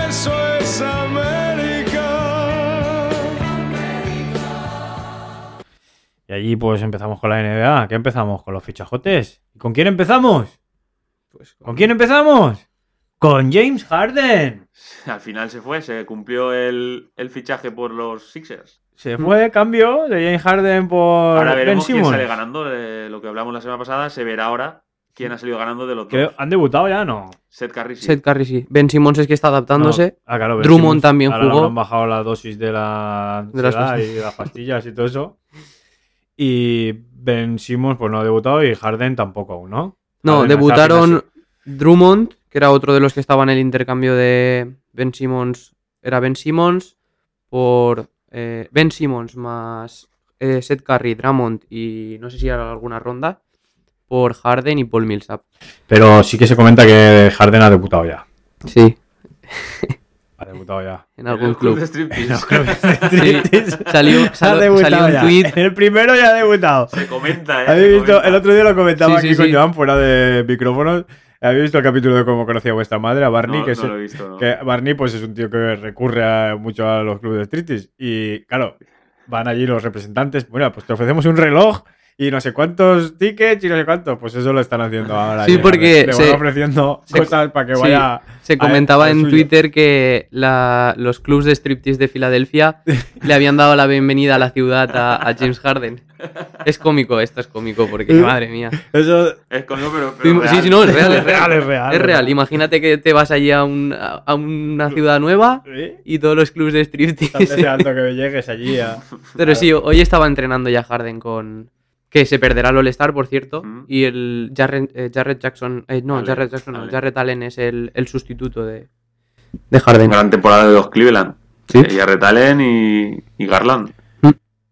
[SPEAKER 4] eso es América.
[SPEAKER 1] Y allí pues empezamos con la NBA. ¿Qué empezamos? Con los fichajotes. ¿Y con quién empezamos?
[SPEAKER 2] Pues,
[SPEAKER 1] ¿Con quién empezamos? Con James Harden.
[SPEAKER 3] Al final se fue, se cumplió el, el fichaje por los Sixers.
[SPEAKER 1] Se fue, cambio de James Harden por
[SPEAKER 3] Ahora
[SPEAKER 1] Ah, Ben
[SPEAKER 3] veremos quién
[SPEAKER 1] Simmons.
[SPEAKER 3] sale ganando. eh, lo que hablamos la semana pasada, se verá ahora quién ha salido ganando de los
[SPEAKER 1] Que
[SPEAKER 3] dos.
[SPEAKER 1] han debutado ya, ¿no?
[SPEAKER 3] Seth Curry sí.
[SPEAKER 2] Seth Curry sí. Ben Simmons es que está adaptándose.
[SPEAKER 1] No. Ah, claro, Ben
[SPEAKER 2] Drummond
[SPEAKER 1] Simmons.
[SPEAKER 2] también
[SPEAKER 1] Ahora le
[SPEAKER 2] jugó.
[SPEAKER 1] habrán bajado la dosis de la
[SPEAKER 2] De las
[SPEAKER 1] ansiedad y las pastillas y todo eso. Y Ben Simmons pues no ha debutado y Harden tampoco aún, ¿no?
[SPEAKER 2] No,
[SPEAKER 1] Harden está apenas-
[SPEAKER 2] debutaron Drummond, que era otro de los que estaba en el intercambio de Ben Simmons. Era Ben Simmons por eh, Ben Simmons más eh, Seth Curry, Drummond y no sé si era alguna ronda por Harden y Paul Millsap.
[SPEAKER 1] Pero sí que se comenta que Harden ha debutado ya.
[SPEAKER 2] Sí,
[SPEAKER 1] Ha debutado ya.
[SPEAKER 2] en algún
[SPEAKER 3] El club
[SPEAKER 2] club.
[SPEAKER 3] de striptease.
[SPEAKER 2] Sí, salió,
[SPEAKER 1] Ha
[SPEAKER 2] salió, salió
[SPEAKER 1] debutado
[SPEAKER 2] un
[SPEAKER 1] ya.
[SPEAKER 2] tweet
[SPEAKER 1] El primero ya ha debutado.
[SPEAKER 3] Se comenta, ¿eh? Se
[SPEAKER 1] Habéis visto,
[SPEAKER 3] comenta.
[SPEAKER 1] el otro día lo comentaba
[SPEAKER 2] Sí, sí,
[SPEAKER 1] aquí con
[SPEAKER 2] sí.
[SPEAKER 1] Joan fuera de micrófonos. Habéis visto el capítulo de cómo conocía vuestra madre a Barney,
[SPEAKER 3] no,
[SPEAKER 1] que
[SPEAKER 3] no
[SPEAKER 1] es
[SPEAKER 3] lo he visto, no.
[SPEAKER 1] Que Barney, pues es un tío que recurre a- mucho a los clubes de streeties. Y claro, van allí los representantes. Bueno, pues te ofrecemos un reloj y no sé cuántos tickets y no sé cuántos. Pues eso lo están haciendo ahora.
[SPEAKER 2] Sí,
[SPEAKER 1] allí,
[SPEAKER 2] porque
[SPEAKER 1] Le van
[SPEAKER 2] se-
[SPEAKER 1] ofreciendo
[SPEAKER 2] se-
[SPEAKER 1] cosas para que
[SPEAKER 2] sí.
[SPEAKER 1] vaya.
[SPEAKER 2] Se
[SPEAKER 1] a-
[SPEAKER 2] comentaba
[SPEAKER 1] al
[SPEAKER 2] en
[SPEAKER 1] suyo.
[SPEAKER 2] Twitter que la- los clubs de striptease de Filadelfia le habían dado la bienvenida a la ciudad a, a James Harden. Es cómico, esto es cómico, porque madre mía.
[SPEAKER 1] Eso
[SPEAKER 3] Es conmigo, pero.
[SPEAKER 2] Sí,
[SPEAKER 3] pero real.
[SPEAKER 2] sí, sí, no, es real, es real.
[SPEAKER 1] es real.
[SPEAKER 2] Es real, imagínate que te vas allí a, un- a- a una ciudad nueva
[SPEAKER 1] ¿Sí?
[SPEAKER 2] y todos los clubs de
[SPEAKER 1] Están
[SPEAKER 2] striptease.
[SPEAKER 1] deseando que llegues allí. a-
[SPEAKER 2] Pero sí, hoy estaba entrenando ya Harden con... Que se perderá el All-Star, por cierto.
[SPEAKER 3] Mm.
[SPEAKER 2] Y el Jarrett, eh, Jarrett Jackson... eh, no,
[SPEAKER 3] Allen,
[SPEAKER 2] Jarrett Jackson no,
[SPEAKER 3] Allen.
[SPEAKER 2] Jarrett Allen es el, el sustituto de, de Harden.
[SPEAKER 3] Gran temporada de los Cleveland.
[SPEAKER 2] Sí.
[SPEAKER 3] Eh, Jarrett Allen y, y Garland.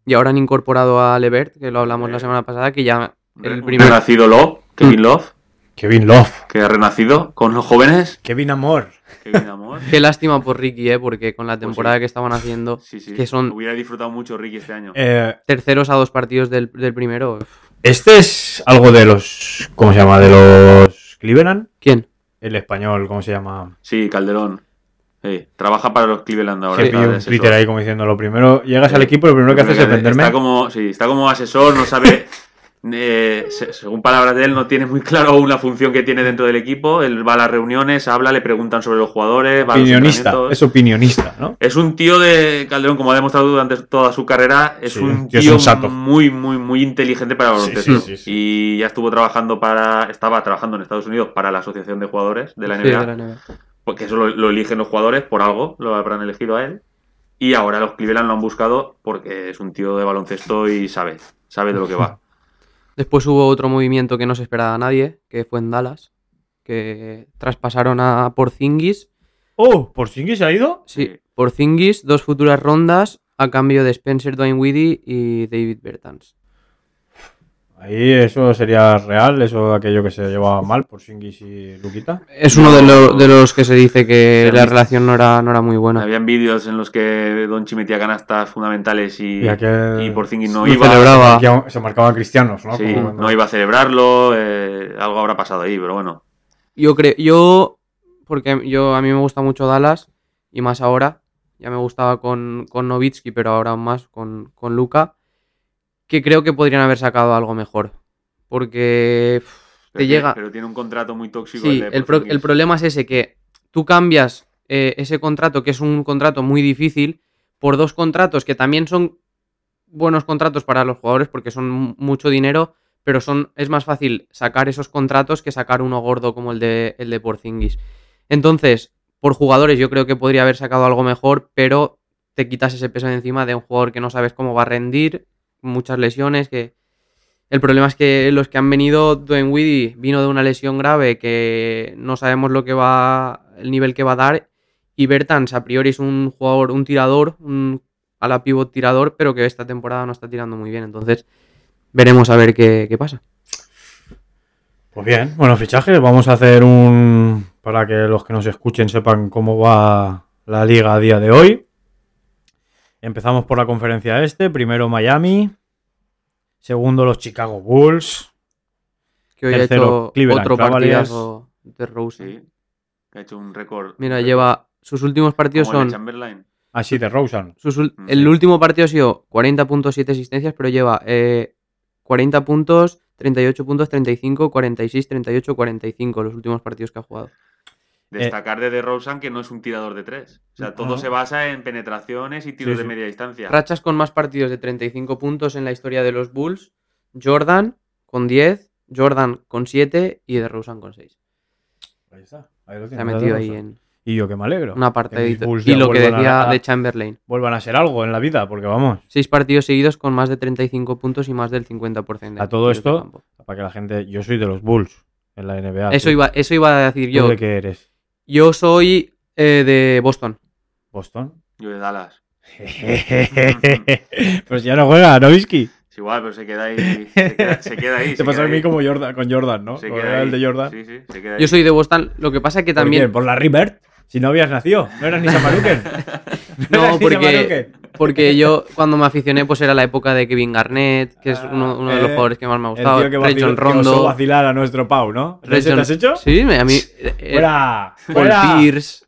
[SPEAKER 2] Y ahora han incorporado a Levert, que lo hablamos la
[SPEAKER 3] Eh,
[SPEAKER 2] semana pasada, que ya el
[SPEAKER 3] Un
[SPEAKER 2] primer... Mm.
[SPEAKER 3] Renacido Love, Kevin Love,
[SPEAKER 1] Kevin Love.
[SPEAKER 3] que ha renacido con los jóvenes.
[SPEAKER 1] Kevin Amor.
[SPEAKER 3] Qué bien, amor.
[SPEAKER 2] Qué lástima por Ricky, ¿eh? Porque con la temporada
[SPEAKER 3] Pues sí.
[SPEAKER 2] que estaban haciendo,
[SPEAKER 3] Sí, sí.
[SPEAKER 2] que son-
[SPEAKER 3] Hubiera disfrutado mucho Ricky este año.
[SPEAKER 1] Eh,
[SPEAKER 2] terceros a dos partidos del, del primero. uf.
[SPEAKER 1] este es algo de los. ¿Cómo se llama? De los Cleveland.
[SPEAKER 2] ¿Quién?
[SPEAKER 1] El español, ¿cómo se llama?
[SPEAKER 3] Sí, Calderón. Sí, trabaja para los Cleveland ahora.
[SPEAKER 1] Que
[SPEAKER 3] está
[SPEAKER 1] pilla
[SPEAKER 3] de
[SPEAKER 1] un
[SPEAKER 3] asesor.
[SPEAKER 1] Twitter ahí como diciendo lo primero. Llegas
[SPEAKER 3] Sí.
[SPEAKER 1] al equipo, lo primero que
[SPEAKER 3] Yo creo
[SPEAKER 1] haces es venderme.
[SPEAKER 3] Está como, sí, está como asesor, no sabe. eh, se- según palabras de él, no tiene muy claro una función que tiene dentro del equipo. Él va a las reuniones, habla, le preguntan sobre los jugadores, va a los
[SPEAKER 1] Opinionista.
[SPEAKER 3] entrenamientos.
[SPEAKER 1] Es opinionista, ¿no?
[SPEAKER 3] Es un tío de Calderón, como ha demostrado durante toda su carrera, es
[SPEAKER 1] Sí,
[SPEAKER 3] un
[SPEAKER 1] tío
[SPEAKER 3] tío
[SPEAKER 1] sensato.
[SPEAKER 3] muy, muy, muy inteligente para el
[SPEAKER 1] Sí,
[SPEAKER 3] baloncesto.
[SPEAKER 1] sí, sí, sí.
[SPEAKER 3] Y ya estuvo trabajando para, estaba trabajando en Estados Unidos para la Asociación de Jugadores de la
[SPEAKER 2] Sí,
[SPEAKER 3] NBA,
[SPEAKER 2] de la NBA.
[SPEAKER 3] porque eso lo, lo eligen los jugadores por algo, lo habrán elegido a él. Y ahora los Cleveland lo han buscado porque es un tío de baloncesto y sabe, sabe de lo que va.
[SPEAKER 2] Después hubo otro movimiento que no se esperaba a nadie, que fue en Dallas, que traspasaron a Porzingis.
[SPEAKER 1] Oh, ¿por si se ha ido?
[SPEAKER 2] Sí,
[SPEAKER 3] Sí.
[SPEAKER 2] Porzingis, dos futuras rondas a cambio de Spencer Dinwiddie y David Bertans.
[SPEAKER 1] Ahí eso sería real, eso aquello que se llevaba mal por Singis y Luquita.
[SPEAKER 2] Es uno de, lo- de los que se dice que
[SPEAKER 3] Se ha
[SPEAKER 2] la
[SPEAKER 3] visto.
[SPEAKER 2] relación no era, no era muy buena.
[SPEAKER 3] Habían vídeos en los que Donchi metía canastas fundamentales y,
[SPEAKER 1] Y aquel-
[SPEAKER 3] y Porzingis no
[SPEAKER 2] Lo
[SPEAKER 3] iba.
[SPEAKER 2] celebraba.
[SPEAKER 1] Aquí aún se marcaban cristianos, ¿no?
[SPEAKER 3] Sí,
[SPEAKER 1] Como cuando-
[SPEAKER 3] no iba a celebrarlo, eh, algo habrá pasado ahí, pero bueno.
[SPEAKER 2] Yo creo, yo, porque yo a mí me gusta mucho Dallas y más ahora, ya me gustaba con, con Novitsky, pero ahora aún más con, con Luca, que creo que podrían haber sacado algo mejor. Porque uf, te
[SPEAKER 3] Pero que-
[SPEAKER 2] llega...
[SPEAKER 3] Pero tiene un contrato muy tóxico.
[SPEAKER 2] Sí,
[SPEAKER 3] de
[SPEAKER 2] el, pro-
[SPEAKER 3] Porzingis.
[SPEAKER 2] el problema es ese, que tú cambias eh, ese contrato, que es un contrato muy difícil, por dos contratos que también son buenos contratos para los jugadores porque son mu- mucho dinero, pero son, es más fácil sacar esos contratos que sacar uno gordo como el de, el de Porzingis. Entonces, por jugadores yo creo que podría haber sacado algo mejor, pero te quitas ese peso de encima de un jugador que no sabes cómo va a rendir, muchas lesiones, que... El problema es que los que han venido, Dwayne Widdy vino de una lesión grave que no sabemos lo que va, el nivel que va a dar. Y Bertans, a priori, es un jugador, un tirador, un a la pivot tirador, pero que esta temporada no está tirando muy bien. Entonces, veremos a ver qué, qué pasa.
[SPEAKER 1] Pues bien, buenos fichajes. Vamos a hacer un. para que los que nos escuchen sepan cómo va la liga a día de hoy. Empezamos por la conferencia este. Primero Miami. Segundo los Chicago Bulls.
[SPEAKER 2] Que hoy ha
[SPEAKER 1] Tercero,
[SPEAKER 2] hecho
[SPEAKER 1] Cleveland
[SPEAKER 2] otro
[SPEAKER 1] Cavaliers.
[SPEAKER 2] partidazo de Rose.
[SPEAKER 3] Sí, que ha hecho un récord.
[SPEAKER 2] Mira,
[SPEAKER 3] récord.
[SPEAKER 2] lleva sus últimos partidos
[SPEAKER 3] Como el de
[SPEAKER 2] son.
[SPEAKER 1] Eh.
[SPEAKER 3] Chamberlain.
[SPEAKER 1] Así Ah, de Rosen.
[SPEAKER 2] sus ul-
[SPEAKER 3] Mm, sí.
[SPEAKER 2] el último partido ha sido 40.7 asistencias, pero lleva eh, 40 puntos, 38 puntos, 35, 46, 38, 45 los últimos partidos que ha jugado.
[SPEAKER 3] Destacar de DeRozan que no es un tirador de tres. O sea, todo
[SPEAKER 1] No.
[SPEAKER 3] se basa en penetraciones y tiros
[SPEAKER 1] Ah. Sí,
[SPEAKER 3] de
[SPEAKER 1] sí.
[SPEAKER 3] media distancia.
[SPEAKER 2] Rachas con más partidos de 35 puntos en la historia de los Bulls. Jordan con 10, Jordan con 7 y DeRozan con 6.
[SPEAKER 1] Ahí está. Ahí lo
[SPEAKER 2] Se
[SPEAKER 1] tiene,
[SPEAKER 2] ha metido
[SPEAKER 1] DeRozan.
[SPEAKER 2] ahí en
[SPEAKER 1] Y yo que me alegro.
[SPEAKER 2] una parte
[SPEAKER 1] Que mis
[SPEAKER 2] de-
[SPEAKER 1] Bulls
[SPEAKER 2] Y
[SPEAKER 1] ya
[SPEAKER 2] lo que
[SPEAKER 1] vuelvan a-
[SPEAKER 2] decía
[SPEAKER 1] a-
[SPEAKER 2] de Chamberlain.
[SPEAKER 1] Vuelvan a ser algo en la vida, porque vamos.
[SPEAKER 2] Seis partidos seguidos con más de 35 puntos y más del 50%. de
[SPEAKER 1] A todo
[SPEAKER 2] tiros de
[SPEAKER 1] esto,
[SPEAKER 2] campo.
[SPEAKER 1] Para que la gente. Yo soy de los Bulls en la NBA.
[SPEAKER 2] Eso
[SPEAKER 1] ¿Tú-
[SPEAKER 2] iba, eso iba a decir
[SPEAKER 1] tú
[SPEAKER 2] yo.
[SPEAKER 1] de qué eres?
[SPEAKER 2] Yo soy eh, de Boston.
[SPEAKER 1] ¿Boston?
[SPEAKER 3] Yo de Dallas.
[SPEAKER 1] Pero si ya no juega, Novisky.
[SPEAKER 3] Es igual, pero se queda ahí. Se queda, se queda ahí.
[SPEAKER 1] Te
[SPEAKER 3] se
[SPEAKER 1] pasó
[SPEAKER 3] queda
[SPEAKER 1] a mí
[SPEAKER 3] ahí.
[SPEAKER 1] como Jordan, con Jordan, ¿no?
[SPEAKER 3] Se
[SPEAKER 1] Como
[SPEAKER 3] queda
[SPEAKER 1] era el
[SPEAKER 3] ahí.
[SPEAKER 1] de Jordan.
[SPEAKER 3] Sí, sí, se queda ahí.
[SPEAKER 2] Yo soy de Boston. Lo que pasa que
[SPEAKER 1] ¿Por
[SPEAKER 2] también.
[SPEAKER 1] quién? ¿Por la River? Si no habías nacido, no eras ni Samaruken.
[SPEAKER 2] No, porque, porque yo cuando me aficioné, pues era la época de Kevin Garnett, que es uno, uno de los
[SPEAKER 1] Eh,
[SPEAKER 2] jugadores que más me ha
[SPEAKER 1] El tío
[SPEAKER 2] gustado.
[SPEAKER 1] que vaciló,
[SPEAKER 2] Rajon
[SPEAKER 1] que osó
[SPEAKER 2] Rondo.
[SPEAKER 1] vacilar a nuestro Pau, ¿no? ¿Ese
[SPEAKER 2] Rajon-
[SPEAKER 1] te has hecho?
[SPEAKER 2] Sí, me- a mí. eh, eh,
[SPEAKER 1] ¡Fuera!
[SPEAKER 2] Paul
[SPEAKER 1] ¡Fuera!
[SPEAKER 2] Pierce.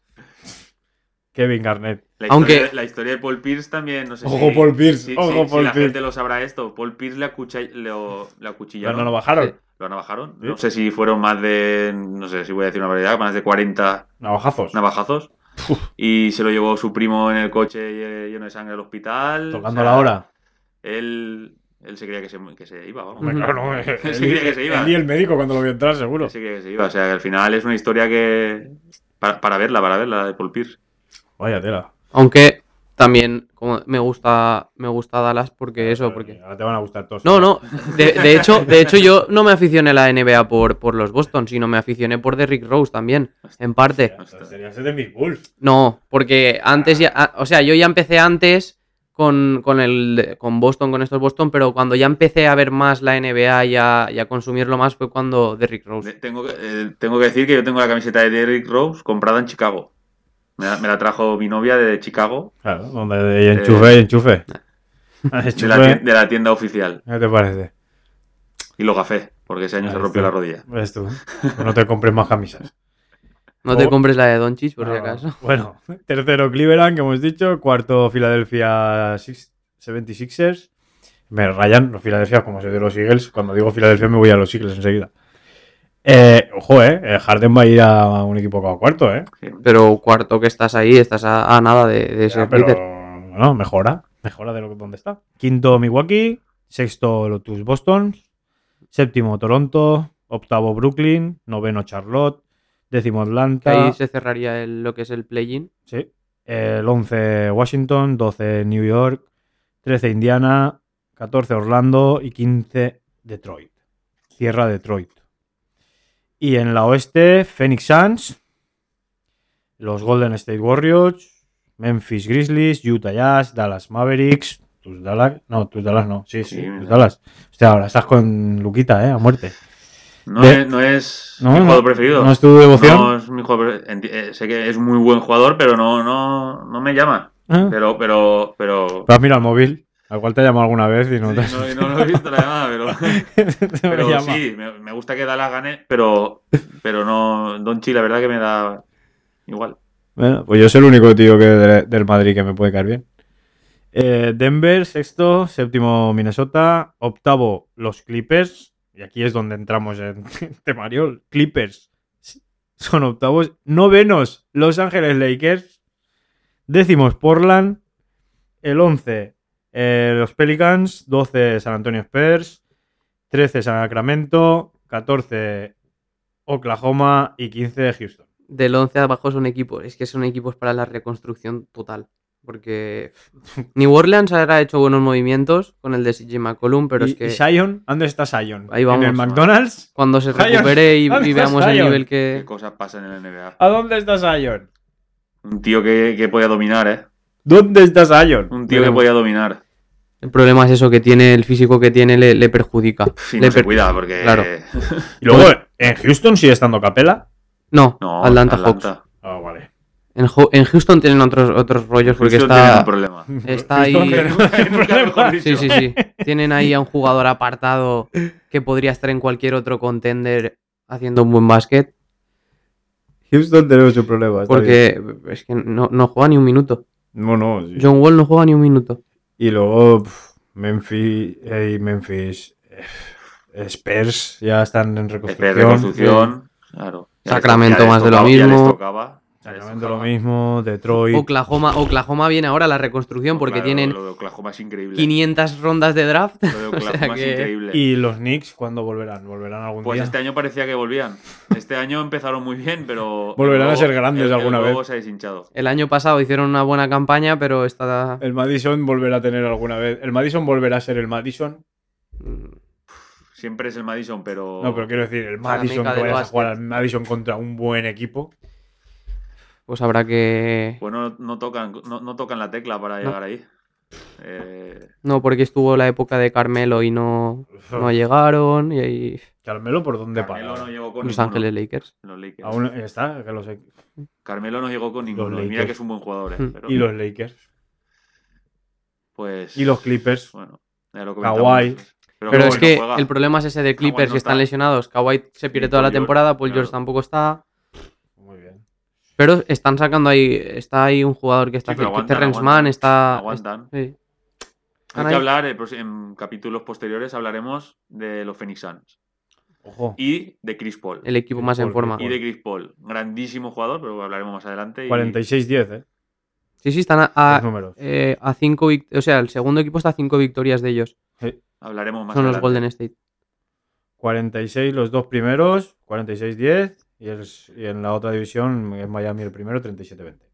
[SPEAKER 1] Kevin Garnett.
[SPEAKER 3] La
[SPEAKER 2] Aunque-
[SPEAKER 3] historia, la historia de Paul Pierce también, no sé si-
[SPEAKER 1] Ojo, Paul Pierce,
[SPEAKER 3] si-
[SPEAKER 1] ojo,
[SPEAKER 3] si- si
[SPEAKER 1] Paul
[SPEAKER 3] la
[SPEAKER 1] Pierce.
[SPEAKER 3] gente lo sabrá esto. Paul Pierce le, acucha- lo- le
[SPEAKER 1] Ya
[SPEAKER 3] acuchillaron.
[SPEAKER 1] no lo bajaron.
[SPEAKER 3] lo navajaron.
[SPEAKER 1] ¿Sí?
[SPEAKER 3] No sé si fueron más de, no sé si voy a decir una variedad, más de 40
[SPEAKER 1] Navajazos.
[SPEAKER 3] navajazos. Y se lo llevó su primo en el coche lle- lleno de sangre al hospital.
[SPEAKER 1] Tocando
[SPEAKER 3] O sea,
[SPEAKER 1] la hora.
[SPEAKER 3] Él, él se creía que se, que se iba, vamos.
[SPEAKER 1] Hombre,
[SPEAKER 2] Ujú.
[SPEAKER 1] claro, no, eh,
[SPEAKER 3] Sí, que se iba.
[SPEAKER 1] él y el médico cuando lo vio entrar, seguro.
[SPEAKER 3] Él se creía que se iba. O sea, que al final es una historia que... Para, para verla, para verla, la de Paul Pierce.
[SPEAKER 1] Vaya tela.
[SPEAKER 2] Aunque también como me gusta me gusta Dallas porque eso, porque.
[SPEAKER 1] Ahora te van a gustar todos.
[SPEAKER 2] No, no. De, de hecho, de hecho, yo no me aficioné a la NBA por, por los Boston, sino me aficioné por Derrick Rose también, en parte.
[SPEAKER 1] Hostia, Sería ese de mis Bulls.
[SPEAKER 2] No, porque antes ya, a- o sea, yo ya empecé antes con, con el con Boston, con estos Boston, pero cuando ya empecé a ver más la NBA y a, y a consumirlo más fue cuando Derrick
[SPEAKER 3] De-
[SPEAKER 2] Rose.
[SPEAKER 3] Tengo, que- eh, tengo que decir que yo tengo la camiseta de Derrick Rose comprada en Chicago. Me la, me la trajo mi novia de Chicago,
[SPEAKER 1] Claro, donde y enchufe y enchufe.
[SPEAKER 3] Eh. de la, tien-
[SPEAKER 1] Enchufe,
[SPEAKER 3] de la tienda oficial.
[SPEAKER 1] ¿Qué te parece?
[SPEAKER 3] Y lo gafé, porque ese año se
[SPEAKER 1] Ahí
[SPEAKER 3] rompió
[SPEAKER 1] está.
[SPEAKER 3] la rodilla.
[SPEAKER 1] Ves tú. No te compres más camisas.
[SPEAKER 2] No te
[SPEAKER 1] O-
[SPEAKER 2] compres la de Doncic, por si
[SPEAKER 1] Oh. Ah,
[SPEAKER 2] acaso.
[SPEAKER 1] Bueno, tercero Cleveland, que hemos dicho. Cuarto Philadelphia Six- 76ers. Me rayan los Philadelphia como se de los Eagles. Cuando digo Philadelphia me voy a los Eagles enseguida. Eh, ojo, eh. eh, Harden va a ir a un equipo como cuarto, eh.
[SPEAKER 3] Sí.
[SPEAKER 2] Pero cuarto que estás ahí, estás a, a nada de, de ser
[SPEAKER 1] pero
[SPEAKER 2] líder.
[SPEAKER 1] bueno, mejora. Mejora de lo que donde está. Quinto Milwaukee. Sexto Lotus Boston. Séptimo Toronto. Octavo Brooklyn. Noveno Charlotte. Décimo
[SPEAKER 2] Que
[SPEAKER 1] Atlanta.
[SPEAKER 2] ahí se cerraría el- lo que es el play-in.
[SPEAKER 1] Sí. El 11 Washington, 12 New York, 13 Indiana, 14 Orlando y 15 Detroit. Cierra Detroit. Y en la oeste, Phoenix Suns, los Golden State Warriors, Memphis Grizzlies, Utah Jazz, Dallas Mavericks, tus Dallas, no, tus Dallas no, sí, sí,
[SPEAKER 3] Sí,
[SPEAKER 1] tus
[SPEAKER 3] mira.
[SPEAKER 1] Dallas. O sea, ahora estás con Luquita, ¿eh? A muerte.
[SPEAKER 3] No,
[SPEAKER 1] De-
[SPEAKER 3] es, no es
[SPEAKER 1] No,
[SPEAKER 3] mi
[SPEAKER 1] no,
[SPEAKER 3] jugador preferido.
[SPEAKER 1] ¿No es tu devoción? ¿Eh?
[SPEAKER 3] No es mi jugador pre- enti- eh, sé que es muy buen jugador, pero no, no, no me llama.
[SPEAKER 1] Ah,
[SPEAKER 3] Pero, pero, pero.
[SPEAKER 1] Pero has mirado el móvil, al cual te ha llamado alguna vez y no te
[SPEAKER 3] Sí, no, no lo he visto la llamada, pero.
[SPEAKER 1] te
[SPEAKER 3] Pero
[SPEAKER 1] llama.
[SPEAKER 3] sí, me, me gusta que Dallas gane, pero, pero no. Donchi, la verdad que me da igual.
[SPEAKER 1] Bueno, pues yo soy el único tío que de- del Madrid que me puede caer bien. Eh, Denver, sexto, séptimo Minnesota, octavo los Clippers, y aquí es donde entramos en temario, Clippers son octavos, novenos Los Ángeles Lakers, décimos Portland, el once eh, los Pelicans, 12 San Antonio Spurs, 13 Sacramento, 14 Oklahoma y 15 Houston.
[SPEAKER 2] Del 11 abajo son equipos. Es que son equipos para la reconstrucción total. Porque New Orleans ahora ha hecho buenos movimientos con el de CJ McCollum, pero
[SPEAKER 1] y,
[SPEAKER 2] es que
[SPEAKER 1] y Sion, ¿dónde está Sion?
[SPEAKER 2] Ahí vamos.
[SPEAKER 1] ¿En el McDonald's?
[SPEAKER 2] cuando se
[SPEAKER 1] Zion,
[SPEAKER 2] recupere y,
[SPEAKER 1] ¿dónde
[SPEAKER 2] y
[SPEAKER 1] está
[SPEAKER 2] veamos el
[SPEAKER 1] Zion?
[SPEAKER 2] nivel
[SPEAKER 3] Qué
[SPEAKER 2] que...
[SPEAKER 3] cosas pasan en la NBA.
[SPEAKER 1] ¿A dónde está Sion?
[SPEAKER 3] Un tío que, que podía dominar, ¿eh?
[SPEAKER 1] ¿Dónde está Sion?
[SPEAKER 3] Un tío que
[SPEAKER 2] Veremos.
[SPEAKER 3] podía dominar.
[SPEAKER 2] El problema es eso que tiene, el físico que tiene le, le perjudica.
[SPEAKER 3] Si
[SPEAKER 2] Le
[SPEAKER 3] no se
[SPEAKER 2] per-
[SPEAKER 3] cuida, porque.
[SPEAKER 2] Claro.
[SPEAKER 1] Y luego, en Houston sigue estando Capela.
[SPEAKER 2] No,
[SPEAKER 3] No,
[SPEAKER 2] Atlanta, Hawks.
[SPEAKER 3] Atlanta.
[SPEAKER 1] Ah, vale.
[SPEAKER 2] En, Ho- en Houston tienen otros, otros rollos porque
[SPEAKER 3] Houston tiene
[SPEAKER 2] está...
[SPEAKER 3] un problema.
[SPEAKER 2] Está ahí-
[SPEAKER 1] Houston, que no hay
[SPEAKER 3] Nunca
[SPEAKER 1] problema.
[SPEAKER 3] mejor dicho.
[SPEAKER 2] Sí, sí, sí. Tienen ahí a un jugador apartado que podría estar en cualquier otro contender haciendo un buen básquet.
[SPEAKER 1] Houston tenemos un problema. está bien.
[SPEAKER 2] Porque es que no, no juega ni un minuto.
[SPEAKER 1] No, no. sí.
[SPEAKER 2] John Wall no juega ni un minuto.
[SPEAKER 1] Y luego, pf, Memphis. eh, Memphis. eh, Spurs ya están en
[SPEAKER 3] Espera,
[SPEAKER 1] reconstrucción.
[SPEAKER 3] reconstrucción. Claro. Ya les-
[SPEAKER 2] Sacramento
[SPEAKER 3] ya les
[SPEAKER 2] más de lo
[SPEAKER 3] tocaba, ya les
[SPEAKER 2] mismo.
[SPEAKER 3] tocaba, ya les
[SPEAKER 1] Sacramento lo
[SPEAKER 3] tocaba.
[SPEAKER 1] mismo. Detroit.
[SPEAKER 2] Oh, Oklahoma, Oklahoma viene ahora a la reconstrucción porque
[SPEAKER 3] Claro,
[SPEAKER 2] tienen
[SPEAKER 3] Lo de Oklahoma es increíble.
[SPEAKER 2] 500 rondas de draft.
[SPEAKER 3] Lo de Oklahoma es
[SPEAKER 2] que-
[SPEAKER 3] increíble.
[SPEAKER 1] Y los Knicks, ¿cuándo volverán? ¿Volverán algún
[SPEAKER 3] Pues
[SPEAKER 1] día?
[SPEAKER 3] este año parecía que volvían. Este año empezaron muy bien, pero.
[SPEAKER 1] Volverán a ser grandes
[SPEAKER 3] el-
[SPEAKER 1] alguna
[SPEAKER 3] el
[SPEAKER 1] vez.
[SPEAKER 3] globo se ha deshinchado.
[SPEAKER 2] El año pasado hicieron una buena campaña, pero esta...
[SPEAKER 1] El Madison volverá a tener alguna vez. El Madison volverá a ser el Madison Eh.
[SPEAKER 3] Siempre es el Madison, pero.
[SPEAKER 1] No, pero quiero decir, el
[SPEAKER 2] Para la
[SPEAKER 1] Madison,
[SPEAKER 2] meca
[SPEAKER 1] que
[SPEAKER 2] del
[SPEAKER 1] vayas a
[SPEAKER 2] básquet.
[SPEAKER 1] jugar al Madison contra un buen equipo.
[SPEAKER 2] Pues habrá que...
[SPEAKER 3] Pues no, no tocan, no, no tocan la tecla para llegar ahí. Eh,
[SPEAKER 2] No, porque estuvo la época de Carmelo y no, no llegaron. Y ahí...
[SPEAKER 1] Carmelo, ¿por dónde para?
[SPEAKER 3] Carmelo no llegó con
[SPEAKER 2] Los
[SPEAKER 3] Pues ninguno.
[SPEAKER 2] Ángeles Lakers.
[SPEAKER 3] Los Lakers.
[SPEAKER 1] Aún está, que los-
[SPEAKER 3] Carmelo no llegó con ninguno. Y Mira
[SPEAKER 1] Lakers.
[SPEAKER 3] que es un buen jugador, eh,
[SPEAKER 2] Hmm.
[SPEAKER 3] pero,
[SPEAKER 1] y los Lakers.
[SPEAKER 3] pues,
[SPEAKER 1] Y los Clippers.
[SPEAKER 3] Bueno, ya lo
[SPEAKER 1] Kawhi.
[SPEAKER 3] comentamos. Pero,
[SPEAKER 2] Pero
[SPEAKER 3] bueno,
[SPEAKER 2] es que
[SPEAKER 3] juega.
[SPEAKER 2] el problema es ese de Clippers
[SPEAKER 3] no
[SPEAKER 2] que están
[SPEAKER 3] está.
[SPEAKER 2] lesionados. Kawhi se pierde
[SPEAKER 3] Y
[SPEAKER 2] toda
[SPEAKER 3] Paul
[SPEAKER 2] la
[SPEAKER 3] George,
[SPEAKER 2] temporada, Paul
[SPEAKER 3] claro.
[SPEAKER 2] George tampoco está.
[SPEAKER 1] Muy bien.
[SPEAKER 2] Pero están sacando ahí, está ahí un jugador que está,
[SPEAKER 3] Sí, pero
[SPEAKER 2] que
[SPEAKER 3] aguantan,
[SPEAKER 2] Terrence
[SPEAKER 3] aguantan,
[SPEAKER 2] Mann está...
[SPEAKER 3] aguantan.
[SPEAKER 2] sí.
[SPEAKER 3] Hay
[SPEAKER 2] Ahí.
[SPEAKER 3] que hablar, eh, pues, en capítulos posteriores hablaremos de los Phoenix Suns
[SPEAKER 1] Ojo.
[SPEAKER 3] y de Chris Paul.
[SPEAKER 2] El equipo más en
[SPEAKER 1] Paul
[SPEAKER 2] forma.
[SPEAKER 1] George.
[SPEAKER 3] Y de Chris Paul. Grandísimo jugador, pero hablaremos más adelante. y-
[SPEAKER 1] 46-10, ¿eh?
[SPEAKER 2] Sí, sí, están a, a-
[SPEAKER 1] los números.
[SPEAKER 2] eh, a cinco vic- O sea, el segundo equipo está a cinco victorias de ellos.
[SPEAKER 3] Hablaremos más
[SPEAKER 2] Son los
[SPEAKER 3] adelante.
[SPEAKER 2] Golden State.
[SPEAKER 1] 46 los dos primeros, 46-10. Y, es- y en la otra división es Miami el primero, 37-20.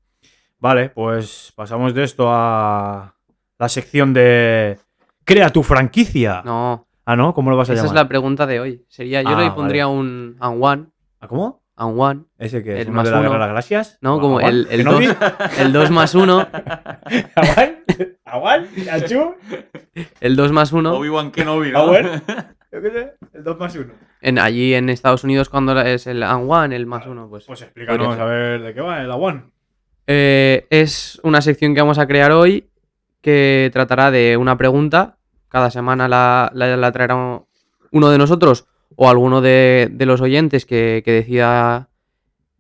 [SPEAKER 1] Vale, pues pasamos de esto a la sección de... Crea tu franquicia.
[SPEAKER 2] No,
[SPEAKER 1] Ah, ¿no? ¿Cómo lo vas a
[SPEAKER 2] esa es
[SPEAKER 1] llamar?
[SPEAKER 2] la pregunta de hoy. Sería, yo
[SPEAKER 1] Ah,
[SPEAKER 2] le pondría un and one,
[SPEAKER 1] ¿Ah, ¿Cómo?
[SPEAKER 2] and one,
[SPEAKER 1] ¿Ese que es
[SPEAKER 2] El
[SPEAKER 1] uno
[SPEAKER 2] más
[SPEAKER 1] de la Guerra
[SPEAKER 2] uno.
[SPEAKER 1] de las Gracias?
[SPEAKER 2] No,
[SPEAKER 1] Ah,
[SPEAKER 2] como
[SPEAKER 1] Aguán.
[SPEAKER 2] el- el
[SPEAKER 1] ¿Kenobi?
[SPEAKER 2] el 2 más 1,
[SPEAKER 1] ¿Aguán? ¿Aguán? ¿Achú?
[SPEAKER 2] el 2 más 1.
[SPEAKER 3] Obi-Wan Kenobi, ¿no?
[SPEAKER 1] Ah, bueno. Yo qué sé, el 2 más 1.
[SPEAKER 2] En, allí en Estados Unidos cuando es el and one, el más uno, pues.
[SPEAKER 1] Pues explícanos
[SPEAKER 2] Podría
[SPEAKER 1] a ver de qué va el Aguán.
[SPEAKER 2] Eh, es una sección que vamos a crear hoy que tratará de una pregunta. Cada semana la, la- la traerá un- uno de nosotros o alguno de, de los oyentes que, que decida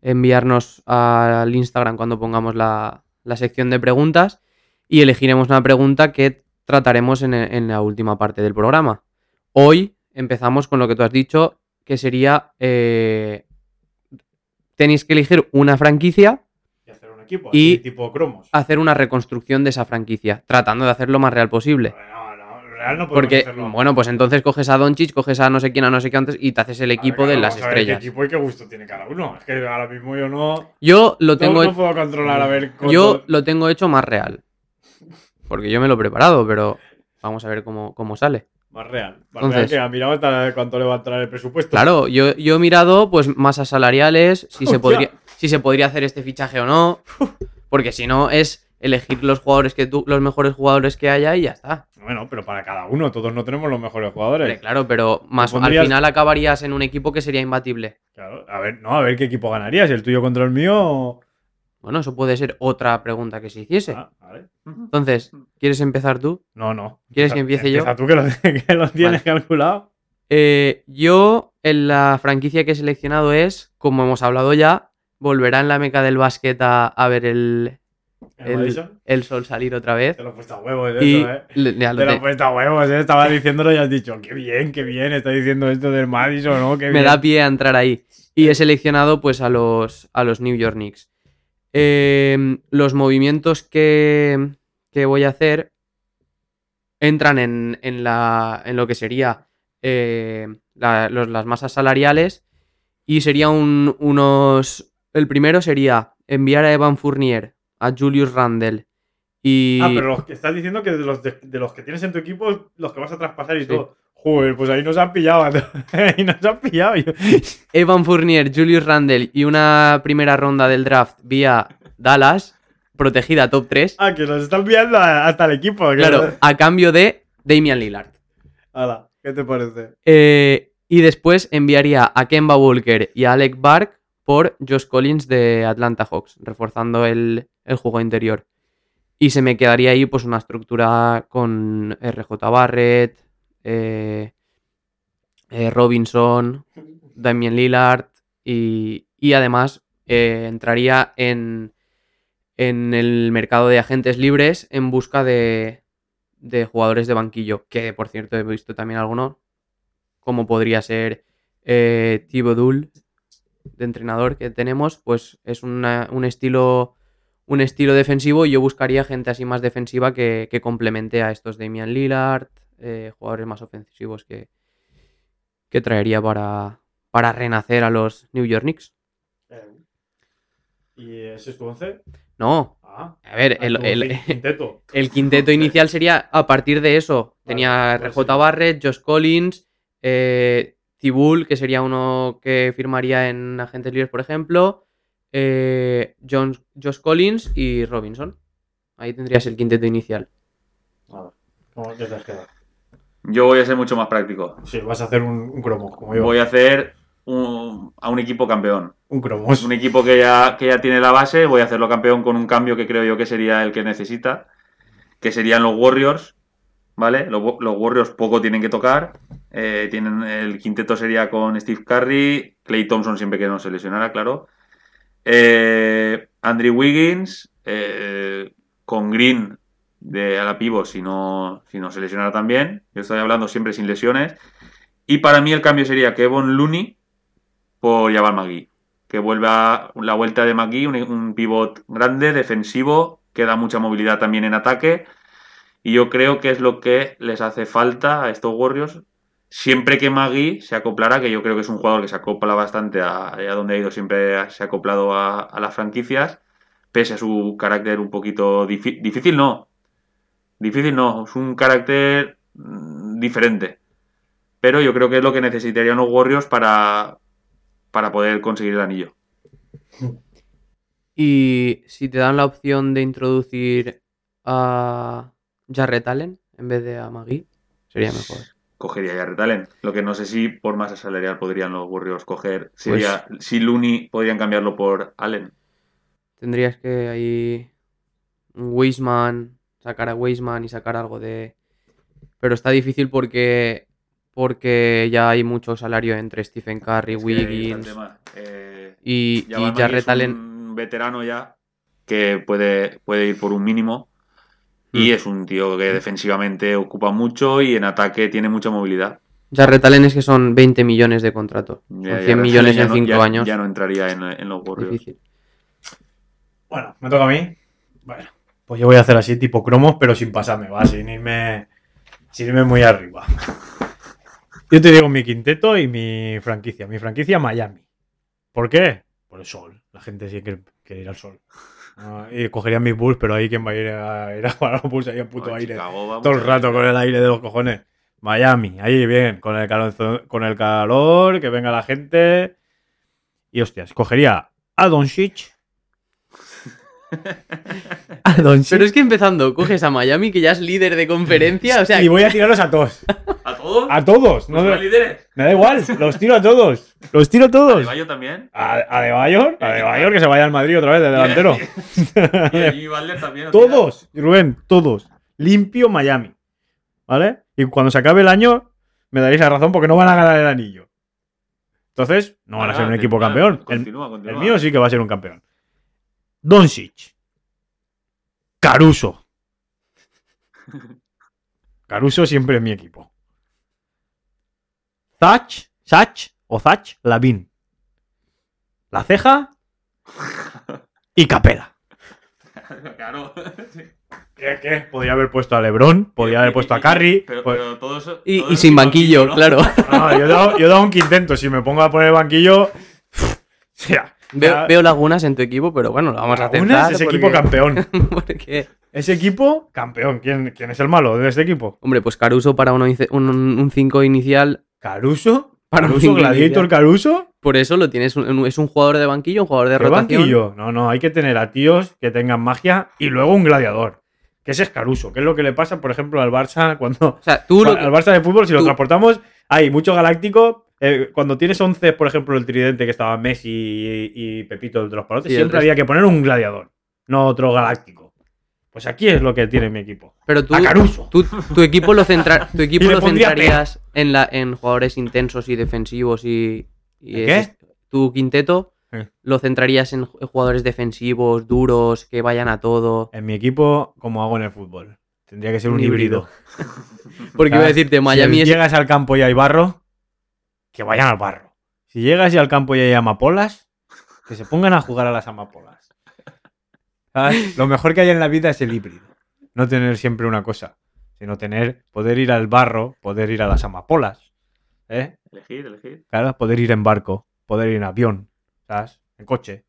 [SPEAKER 2] enviarnos al Instagram cuando pongamos la, la sección de preguntas y elegiremos una pregunta que trataremos en, en la última parte del programa. Hoy empezamos con lo que tú has dicho, que sería eh, tenéis que elegir una franquicia
[SPEAKER 1] Y hacer un equipo,
[SPEAKER 2] Y- Ah.
[SPEAKER 1] así, tipo cromos.
[SPEAKER 2] hacer una reconstrucción de esa franquicia, tratando de hacer lo más real posible.
[SPEAKER 1] No, no, real no podemos
[SPEAKER 2] Porque,
[SPEAKER 1] hacerlo.
[SPEAKER 2] bueno, pues entonces coges a Doncic, coges a no sé quién, a no sé qué antes y te haces el
[SPEAKER 1] A ver,
[SPEAKER 2] equipo
[SPEAKER 1] claro,
[SPEAKER 2] de las
[SPEAKER 1] vamos a ver qué
[SPEAKER 2] estrellas.
[SPEAKER 1] equipo y qué gusto tiene cada uno. Es que ahora mismo yo no,
[SPEAKER 2] Yo lo
[SPEAKER 1] no-
[SPEAKER 2] tengo,
[SPEAKER 1] no puedo controlar a ver cuánto-
[SPEAKER 2] yo lo tengo hecho más real. Porque yo me lo he preparado, pero vamos a ver cómo, cómo sale.
[SPEAKER 1] más real. Más real
[SPEAKER 2] Entonces-
[SPEAKER 1] que ha mirado hasta cuánto le va a entrar el presupuesto.
[SPEAKER 2] Claro, yo, yo he mirado pues masas salariales, si se,
[SPEAKER 1] Hostia.
[SPEAKER 2] podría, si se podría hacer este fichaje o no. Porque si no, es elegir los jugadores que tú, los mejores jugadores que haya y ya está.
[SPEAKER 1] Bueno, pero para cada uno, todos no tenemos los mejores
[SPEAKER 2] Hombre,
[SPEAKER 1] jugadores.
[SPEAKER 2] claro, pero más,
[SPEAKER 1] pondrías-
[SPEAKER 2] al final acabarías en un equipo que sería imbatible.
[SPEAKER 1] Claro, a ver, no, a ver qué equipo ganarías, el tuyo contra el mío. o-
[SPEAKER 2] Bueno, eso puede ser otra pregunta que se hiciese.
[SPEAKER 1] Ah, vale.
[SPEAKER 2] Entonces, ¿quieres empezar tú?
[SPEAKER 1] No, no.
[SPEAKER 2] ¿Quieres que empiece yo?
[SPEAKER 1] Empieza tú que lo, que lo tienes calculado.
[SPEAKER 2] Eh, yo, en la franquicia que he seleccionado es, como hemos hablado ya, volverá en la meca del básquet a, a ver el,
[SPEAKER 1] El,
[SPEAKER 2] el-
[SPEAKER 1] Madison,
[SPEAKER 2] el sol salir otra vez.
[SPEAKER 1] Te lo he puesto a huevos, eso,
[SPEAKER 2] Y
[SPEAKER 1] eh.
[SPEAKER 2] le- ya lo
[SPEAKER 1] Te lo he
[SPEAKER 2] te-
[SPEAKER 1] puesto a huevos, eh. Estaba diciéndolo y has dicho, qué bien, qué bien, está diciendo esto del Madison, ¿no? Qué
[SPEAKER 2] me
[SPEAKER 1] bien.
[SPEAKER 2] da pie a entrar ahí. Y he seleccionado pues a los, a los New York Knicks. Eh, los movimientos que, que voy a hacer entran en, en la, en lo que sería eh, la- los- las masas salariales y sería un- unos... El primero sería enviar a Evan Fournier, a Julius Randle y...
[SPEAKER 1] Ah, pero los que estás diciendo que de los, de, de los que tienes en tu equipo, los que vas a traspasar y
[SPEAKER 2] Sí.
[SPEAKER 1] todo. Joder, pues ahí nos han pillado. ahí nos han pillado. Yo-
[SPEAKER 2] Evan Fournier, Julius Randle y una primera ronda del draft vía Dallas, protegida top 3.
[SPEAKER 1] Ah, que nos están pillando a- hasta el equipo. que-
[SPEAKER 2] Claro, a cambio de Damian Lillard.
[SPEAKER 1] Hala, ¿qué te parece?
[SPEAKER 2] Eh, y después enviaría a Kemba Walker y a Alec Bark por Josh Collins de Atlanta Hawks, reforzando el, el juego interior. Y se me quedaría ahí pues una estructura con RJ Barrett, eh, eh, Robinson, Damian Lillard y, y además eh, entraría en, en el mercado de agentes libres en busca de, de jugadores de banquillo, que por cierto he visto también algunos, como podría ser eh, Thibodeau, de entrenador que tenemos, pues es una- un estilo un estilo defensivo y yo buscaría gente así más defensiva que, que complemente a estos Damian Lillard, eh, jugadores más ofensivos que, que traería para, para renacer a los New York Knicks.
[SPEAKER 1] Em, ¿Y ese es tu once?
[SPEAKER 2] No,
[SPEAKER 1] Ah,
[SPEAKER 2] a ver, el,
[SPEAKER 1] tu
[SPEAKER 2] el-
[SPEAKER 1] quin- quinteto.
[SPEAKER 2] el quinteto inicial sería a partir de eso. Tenía
[SPEAKER 1] pues
[SPEAKER 2] RJ
[SPEAKER 1] sí.
[SPEAKER 2] Barrett, Josh Collins, eh, Tibul, que sería uno que firmaría en Agentes Libres, por ejemplo, eh, John- Josh Collins y Robinson. Ahí tendrías el quinteto inicial.
[SPEAKER 1] Nada. ¿Cómo que te has quedado?
[SPEAKER 3] Yo voy a ser mucho más práctico.
[SPEAKER 1] Sí, vas a hacer un, un cromo, como yo.
[SPEAKER 3] Voy a hacer un- a un equipo campeón.
[SPEAKER 1] Un cromos.
[SPEAKER 3] pues Un equipo que ya, que ya tiene la base, voy a hacerlo campeón con un cambio que creo yo que sería el que necesita, que serían los Warriors, ¿vale? Los, Wa- los Warriors poco tienen que tocar. eh, tienen El quinteto sería con Steve Curry, Clay Thompson siempre que no se lesionara, claro. eh, Andrew Wiggins, eh, con Green de a la pivo si no, si no se lesionara también. Yo estoy hablando siempre sin lesiones. Y para mí el cambio sería Kevon Looney por Jabal Magui que vuelva la vuelta de McGee, un, un pivot grande, defensivo, que da mucha movilidad también en ataque. Y yo creo que es lo que les hace falta a estos Warriors. Siempre que Magui se acoplara, que yo creo que es un jugador que se acopla bastante a, eh, a donde ha ido, siempre ha- se ha acoplado a, a las franquicias, pese a su carácter un poquito difí- difícil, no. Difícil no, es un carácter mm, diferente. Pero yo creo que es lo que necesitarían los Warriors para, para poder conseguir el anillo.
[SPEAKER 2] Y si te dan la opción de introducir a Jarrett Allen en vez de a Magui, sería mejor.
[SPEAKER 3] Cogería ya Retalen. Lo que no sé si por masa
[SPEAKER 2] Pues
[SPEAKER 3] salarial podrían los Warriors coger. Sería si Looney podrían cambiarlo por Allen.
[SPEAKER 2] Tendrías que ahí. Un Wiseman. Sacar a Wiseman y sacar algo de. Pero está difícil porque. Porque ya hay mucho salario entre Stephen Curry,
[SPEAKER 3] Es que ahí está el
[SPEAKER 2] Wiggins
[SPEAKER 3] tema. Eh,
[SPEAKER 2] y,
[SPEAKER 3] Ya
[SPEAKER 2] y
[SPEAKER 3] Batman
[SPEAKER 2] Jarrett
[SPEAKER 3] es
[SPEAKER 2] Allen.
[SPEAKER 3] un veterano ya que puede, puede ir por un mínimo. Y
[SPEAKER 2] Mm.
[SPEAKER 3] es un tío que defensivamente ocupa mucho y en ataque tiene mucha movilidad.
[SPEAKER 2] Jarrett Allen es que son 20 millones de contrato. Son
[SPEAKER 3] Ya- ya
[SPEAKER 2] 100
[SPEAKER 3] no-
[SPEAKER 2] millones
[SPEAKER 3] ya
[SPEAKER 2] en
[SPEAKER 3] no-
[SPEAKER 2] 5
[SPEAKER 3] ya-
[SPEAKER 2] años.
[SPEAKER 3] Ya no entraría en, en los Warriors.
[SPEAKER 2] Difícil.
[SPEAKER 1] Bueno, me toca a mí. Bueno, pues yo voy a hacer así tipo cromos, pero sin pasarme, va, sin irme, sin irme muy arriba. Yo te digo mi quinteto y mi franquicia. Mi franquicia Miami. ¿Por qué? Por el sol. La gente sí que quiere ir al sol. Ah, y cogería mis Bulls, pero ahí quien va a ir a, ir a jugar a los Bulls ahí en puto
[SPEAKER 3] Joder,
[SPEAKER 1] aire.
[SPEAKER 3] Chicago va
[SPEAKER 1] Todo el
[SPEAKER 3] mucho
[SPEAKER 1] rato con
[SPEAKER 3] aire.
[SPEAKER 1] el aire de los cojones. Miami, ahí bien, con el calor, con el calor que venga la gente. Y hostias, cogería a Doncic. A
[SPEAKER 2] Pero es que empezando, coges a Miami, que ya es líder de conferencia. O sea,
[SPEAKER 1] Y voy a tirarlos a todos.
[SPEAKER 3] ¿A todos?
[SPEAKER 1] A todos.
[SPEAKER 3] ¿No
[SPEAKER 1] No, me
[SPEAKER 3] líderes?
[SPEAKER 1] me da igual. Los tiro a todos. Los tiro a todos.
[SPEAKER 3] ¿Adebayo también?
[SPEAKER 1] A a De Bayor. A De Bayor que se vaya al Madrid otra vez de delantero.
[SPEAKER 3] Y a Jimmy Butler también. al final.
[SPEAKER 1] Todos, Rubén, todos. Limpio Miami. ¿Vale? Y cuando se acabe el año, me daréis la razón porque no van a ganar el anillo. Entonces, no van a
[SPEAKER 3] Ah,
[SPEAKER 1] ser un
[SPEAKER 3] que-
[SPEAKER 1] equipo
[SPEAKER 3] ah,
[SPEAKER 1] campeón. El,
[SPEAKER 3] Continúa, continúa.
[SPEAKER 1] el mío sí que va a ser un campeón. Doncic. Caruso. Caruso siempre es mi equipo. Zach, Zach o Zach Lavin. La ceja y Capela.
[SPEAKER 3] Claro.
[SPEAKER 1] ¿Qué, qué? Podría haber puesto a Lebron, podría haber
[SPEAKER 3] Y-
[SPEAKER 1] puesto
[SPEAKER 3] y-
[SPEAKER 1] a Curry.
[SPEAKER 3] Pero,
[SPEAKER 1] pues-
[SPEAKER 3] pero todos,
[SPEAKER 2] y,
[SPEAKER 3] todos
[SPEAKER 2] y sin banquillo,
[SPEAKER 3] ¿no?
[SPEAKER 2] claro.
[SPEAKER 1] No, yo he dado, yo he dado un quintento. Si me pongo a poner banquillo. Será.
[SPEAKER 2] Veo, veo lagunas en tu equipo, pero bueno, lo vamos a hacer.
[SPEAKER 1] Lagunas es equipo campeón.
[SPEAKER 2] Porque,
[SPEAKER 1] Ese equipo campeón. ¿Quién, quién es el malo de este equipo?
[SPEAKER 2] hombre, pues Caruso para uno inici- un- un 5 inicial,
[SPEAKER 1] ¿Caruso?
[SPEAKER 2] Para un
[SPEAKER 1] ¿Caruso?
[SPEAKER 2] cinco
[SPEAKER 1] ¿Gladiator
[SPEAKER 2] inicial.
[SPEAKER 1] Caruso?
[SPEAKER 2] por eso lo tienes. un- es un jugador de banquillo, un jugador de
[SPEAKER 1] ¿Qué
[SPEAKER 2] rotación.
[SPEAKER 1] banquillo? No, no, hay que tener a tíos que tengan magia y luego un gladiador. Que ese es Caruso. ¿Qué es lo que le pasa, por ejemplo, al Barça cuando
[SPEAKER 2] O sea, tú lo
[SPEAKER 1] Al Barça de fútbol, si lo
[SPEAKER 2] tú-
[SPEAKER 1] transportamos, hay mucho galáctico. eh, cuando tienes 11, por ejemplo, el tridente que estaba Messi y, y Pepito de los Palotes,
[SPEAKER 2] Sí, el
[SPEAKER 1] siempre
[SPEAKER 2] resto.
[SPEAKER 1] había que poner un gladiador, no otro galáctico. Pues aquí es lo que tiene mi equipo.
[SPEAKER 2] pero tú,
[SPEAKER 1] a Caruso.
[SPEAKER 2] tú- tu equipo lo, centra, tu equipo
[SPEAKER 1] le
[SPEAKER 2] lo
[SPEAKER 1] pondría P.
[SPEAKER 2] centrarías en, la, en jugadores intensos y defensivos y. y
[SPEAKER 1] ¿En qué?
[SPEAKER 2] es- este, Tu quinteto
[SPEAKER 1] Eh.
[SPEAKER 2] lo centrarías en ju- jugadores defensivos, duros, que vayan a todo.
[SPEAKER 1] En mi equipo, como hago en el fútbol, tendría que ser
[SPEAKER 2] Un
[SPEAKER 1] un, híbrido.
[SPEAKER 2] Porque iba a
[SPEAKER 1] Ah,
[SPEAKER 2] decirte, Miami
[SPEAKER 1] si
[SPEAKER 2] es.
[SPEAKER 1] llegas al campo y hay barro, que vayan al barro. Si llegas y al campo y hay amapolas, que se pongan a jugar a las amapolas. ¿Sabes? Lo mejor que hay en la vida es el híbrido. No tener siempre una cosa, sino tener, poder ir al barro, poder ir a las amapolas, ¿eh?
[SPEAKER 3] Elegir, elegir.
[SPEAKER 1] Claro, poder ir en barco, poder ir en avión, ¿sabes? En coche.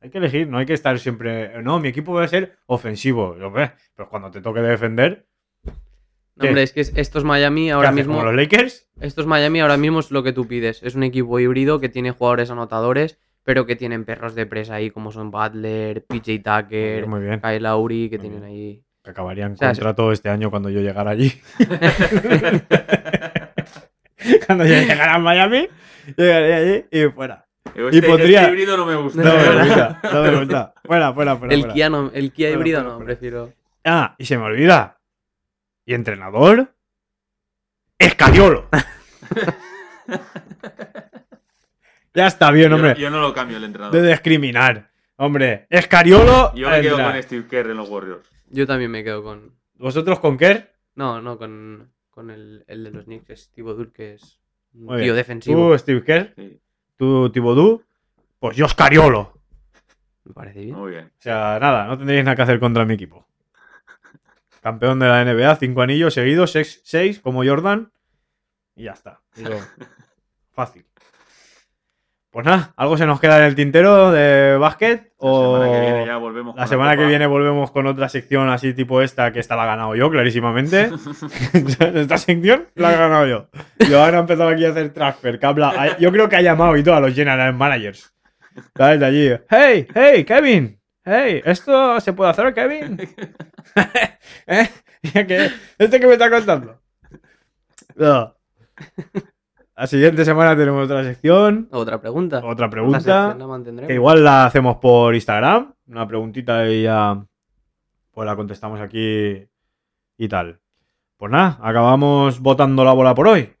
[SPEAKER 1] Hay que elegir, no hay que estar siempre. No, mi equipo va a ser ofensivo. Yo, "Beh, Pero cuando te toque defender,
[SPEAKER 2] No, hombre, es que es- estos Miami
[SPEAKER 1] ¿qué
[SPEAKER 2] ahora
[SPEAKER 1] haces,
[SPEAKER 2] mismo.
[SPEAKER 1] como los Lakers,
[SPEAKER 2] Estos Miami ahora mismo es lo que tú pides. Es un equipo híbrido que tiene jugadores anotadores, pero que tienen perros de presa ahí, como son Butler, PJ Tucker,
[SPEAKER 1] Pues Muy bien.
[SPEAKER 2] Kyle Lowry, que
[SPEAKER 1] Muy
[SPEAKER 2] tienen
[SPEAKER 1] bien.
[SPEAKER 2] ahí.
[SPEAKER 1] Que acabarían
[SPEAKER 2] sea, se-
[SPEAKER 1] contrato este año cuando yo llegara allí. cuando yo llegara a Miami, llegaría allí y fuera.
[SPEAKER 3] Digo,
[SPEAKER 1] Y
[SPEAKER 3] este-
[SPEAKER 1] podría-
[SPEAKER 3] este híbrido no me gusta.
[SPEAKER 1] No me gusta, no me gusta. Fuera, fuera, fuera.
[SPEAKER 2] El
[SPEAKER 1] fuera.
[SPEAKER 2] Kia, no- el Kia
[SPEAKER 1] Fuera,
[SPEAKER 2] híbrido
[SPEAKER 1] fuera,
[SPEAKER 2] no,
[SPEAKER 1] fuera.
[SPEAKER 2] prefiero.
[SPEAKER 1] Ah, y se me olvida. ¿Y entrenador? Escariolo. ya está bien,
[SPEAKER 3] yo,
[SPEAKER 1] hombre.
[SPEAKER 3] yo no lo cambio el entrenador.
[SPEAKER 1] De discriminar. Hombre, Escariolo.
[SPEAKER 3] Yo me quedo
[SPEAKER 1] entra.
[SPEAKER 3] con este. Steve Kerr en los Warriors.
[SPEAKER 2] Yo también me quedo con.
[SPEAKER 1] ¿Vosotros con qué?
[SPEAKER 2] No, no, con, con el, el de los Knicks, que es Steve Dul, que es un
[SPEAKER 1] Muy
[SPEAKER 2] tío
[SPEAKER 1] bien.
[SPEAKER 2] defensivo.
[SPEAKER 1] ¿Tú, Steve Kerr?
[SPEAKER 3] Sí,
[SPEAKER 1] ¿Tú, Tibodú? Pues yo, Escariolo.
[SPEAKER 2] Me parece bien.
[SPEAKER 3] muy bien.
[SPEAKER 1] O sea, nada, no tendríais nada que hacer contra mi equipo. Campeón de la NBA, cinco anillos seguidos, seis, seis como Jordan. Y ya está. Digo, fácil. Pues nada, ¿algo se nos queda en el tintero de básquet? O
[SPEAKER 3] La semana que viene ya volvemos. con
[SPEAKER 1] la semana que
[SPEAKER 3] copa.
[SPEAKER 1] viene volvemos con otra sección así tipo esta, que esta la he ganado yo, clarísimamente. esta sección la he ganado yo. Yo ahora he empezado aquí a hacer transfer, que habla- Yo creo que ha llamado y todo a los general managers. ¿Sabes? De allí. ¡Hey! ¡Hey, Kevin! ¡Hey! ¿Esto se puede hacer, Kevin? ¿Eh? ¿Qué? ¿Este que me está contando? No. La siguiente semana tenemos otra sección,
[SPEAKER 2] Otra pregunta.
[SPEAKER 1] otra
[SPEAKER 2] La sección
[SPEAKER 1] pregunta.
[SPEAKER 2] la mantendremos.
[SPEAKER 1] Que igual la hacemos por Instagram. una preguntita y ya pues la contestamos aquí y tal. Pues nada, acabamos botando la bola por hoy.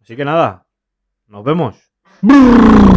[SPEAKER 1] Así que nada, nos vemos.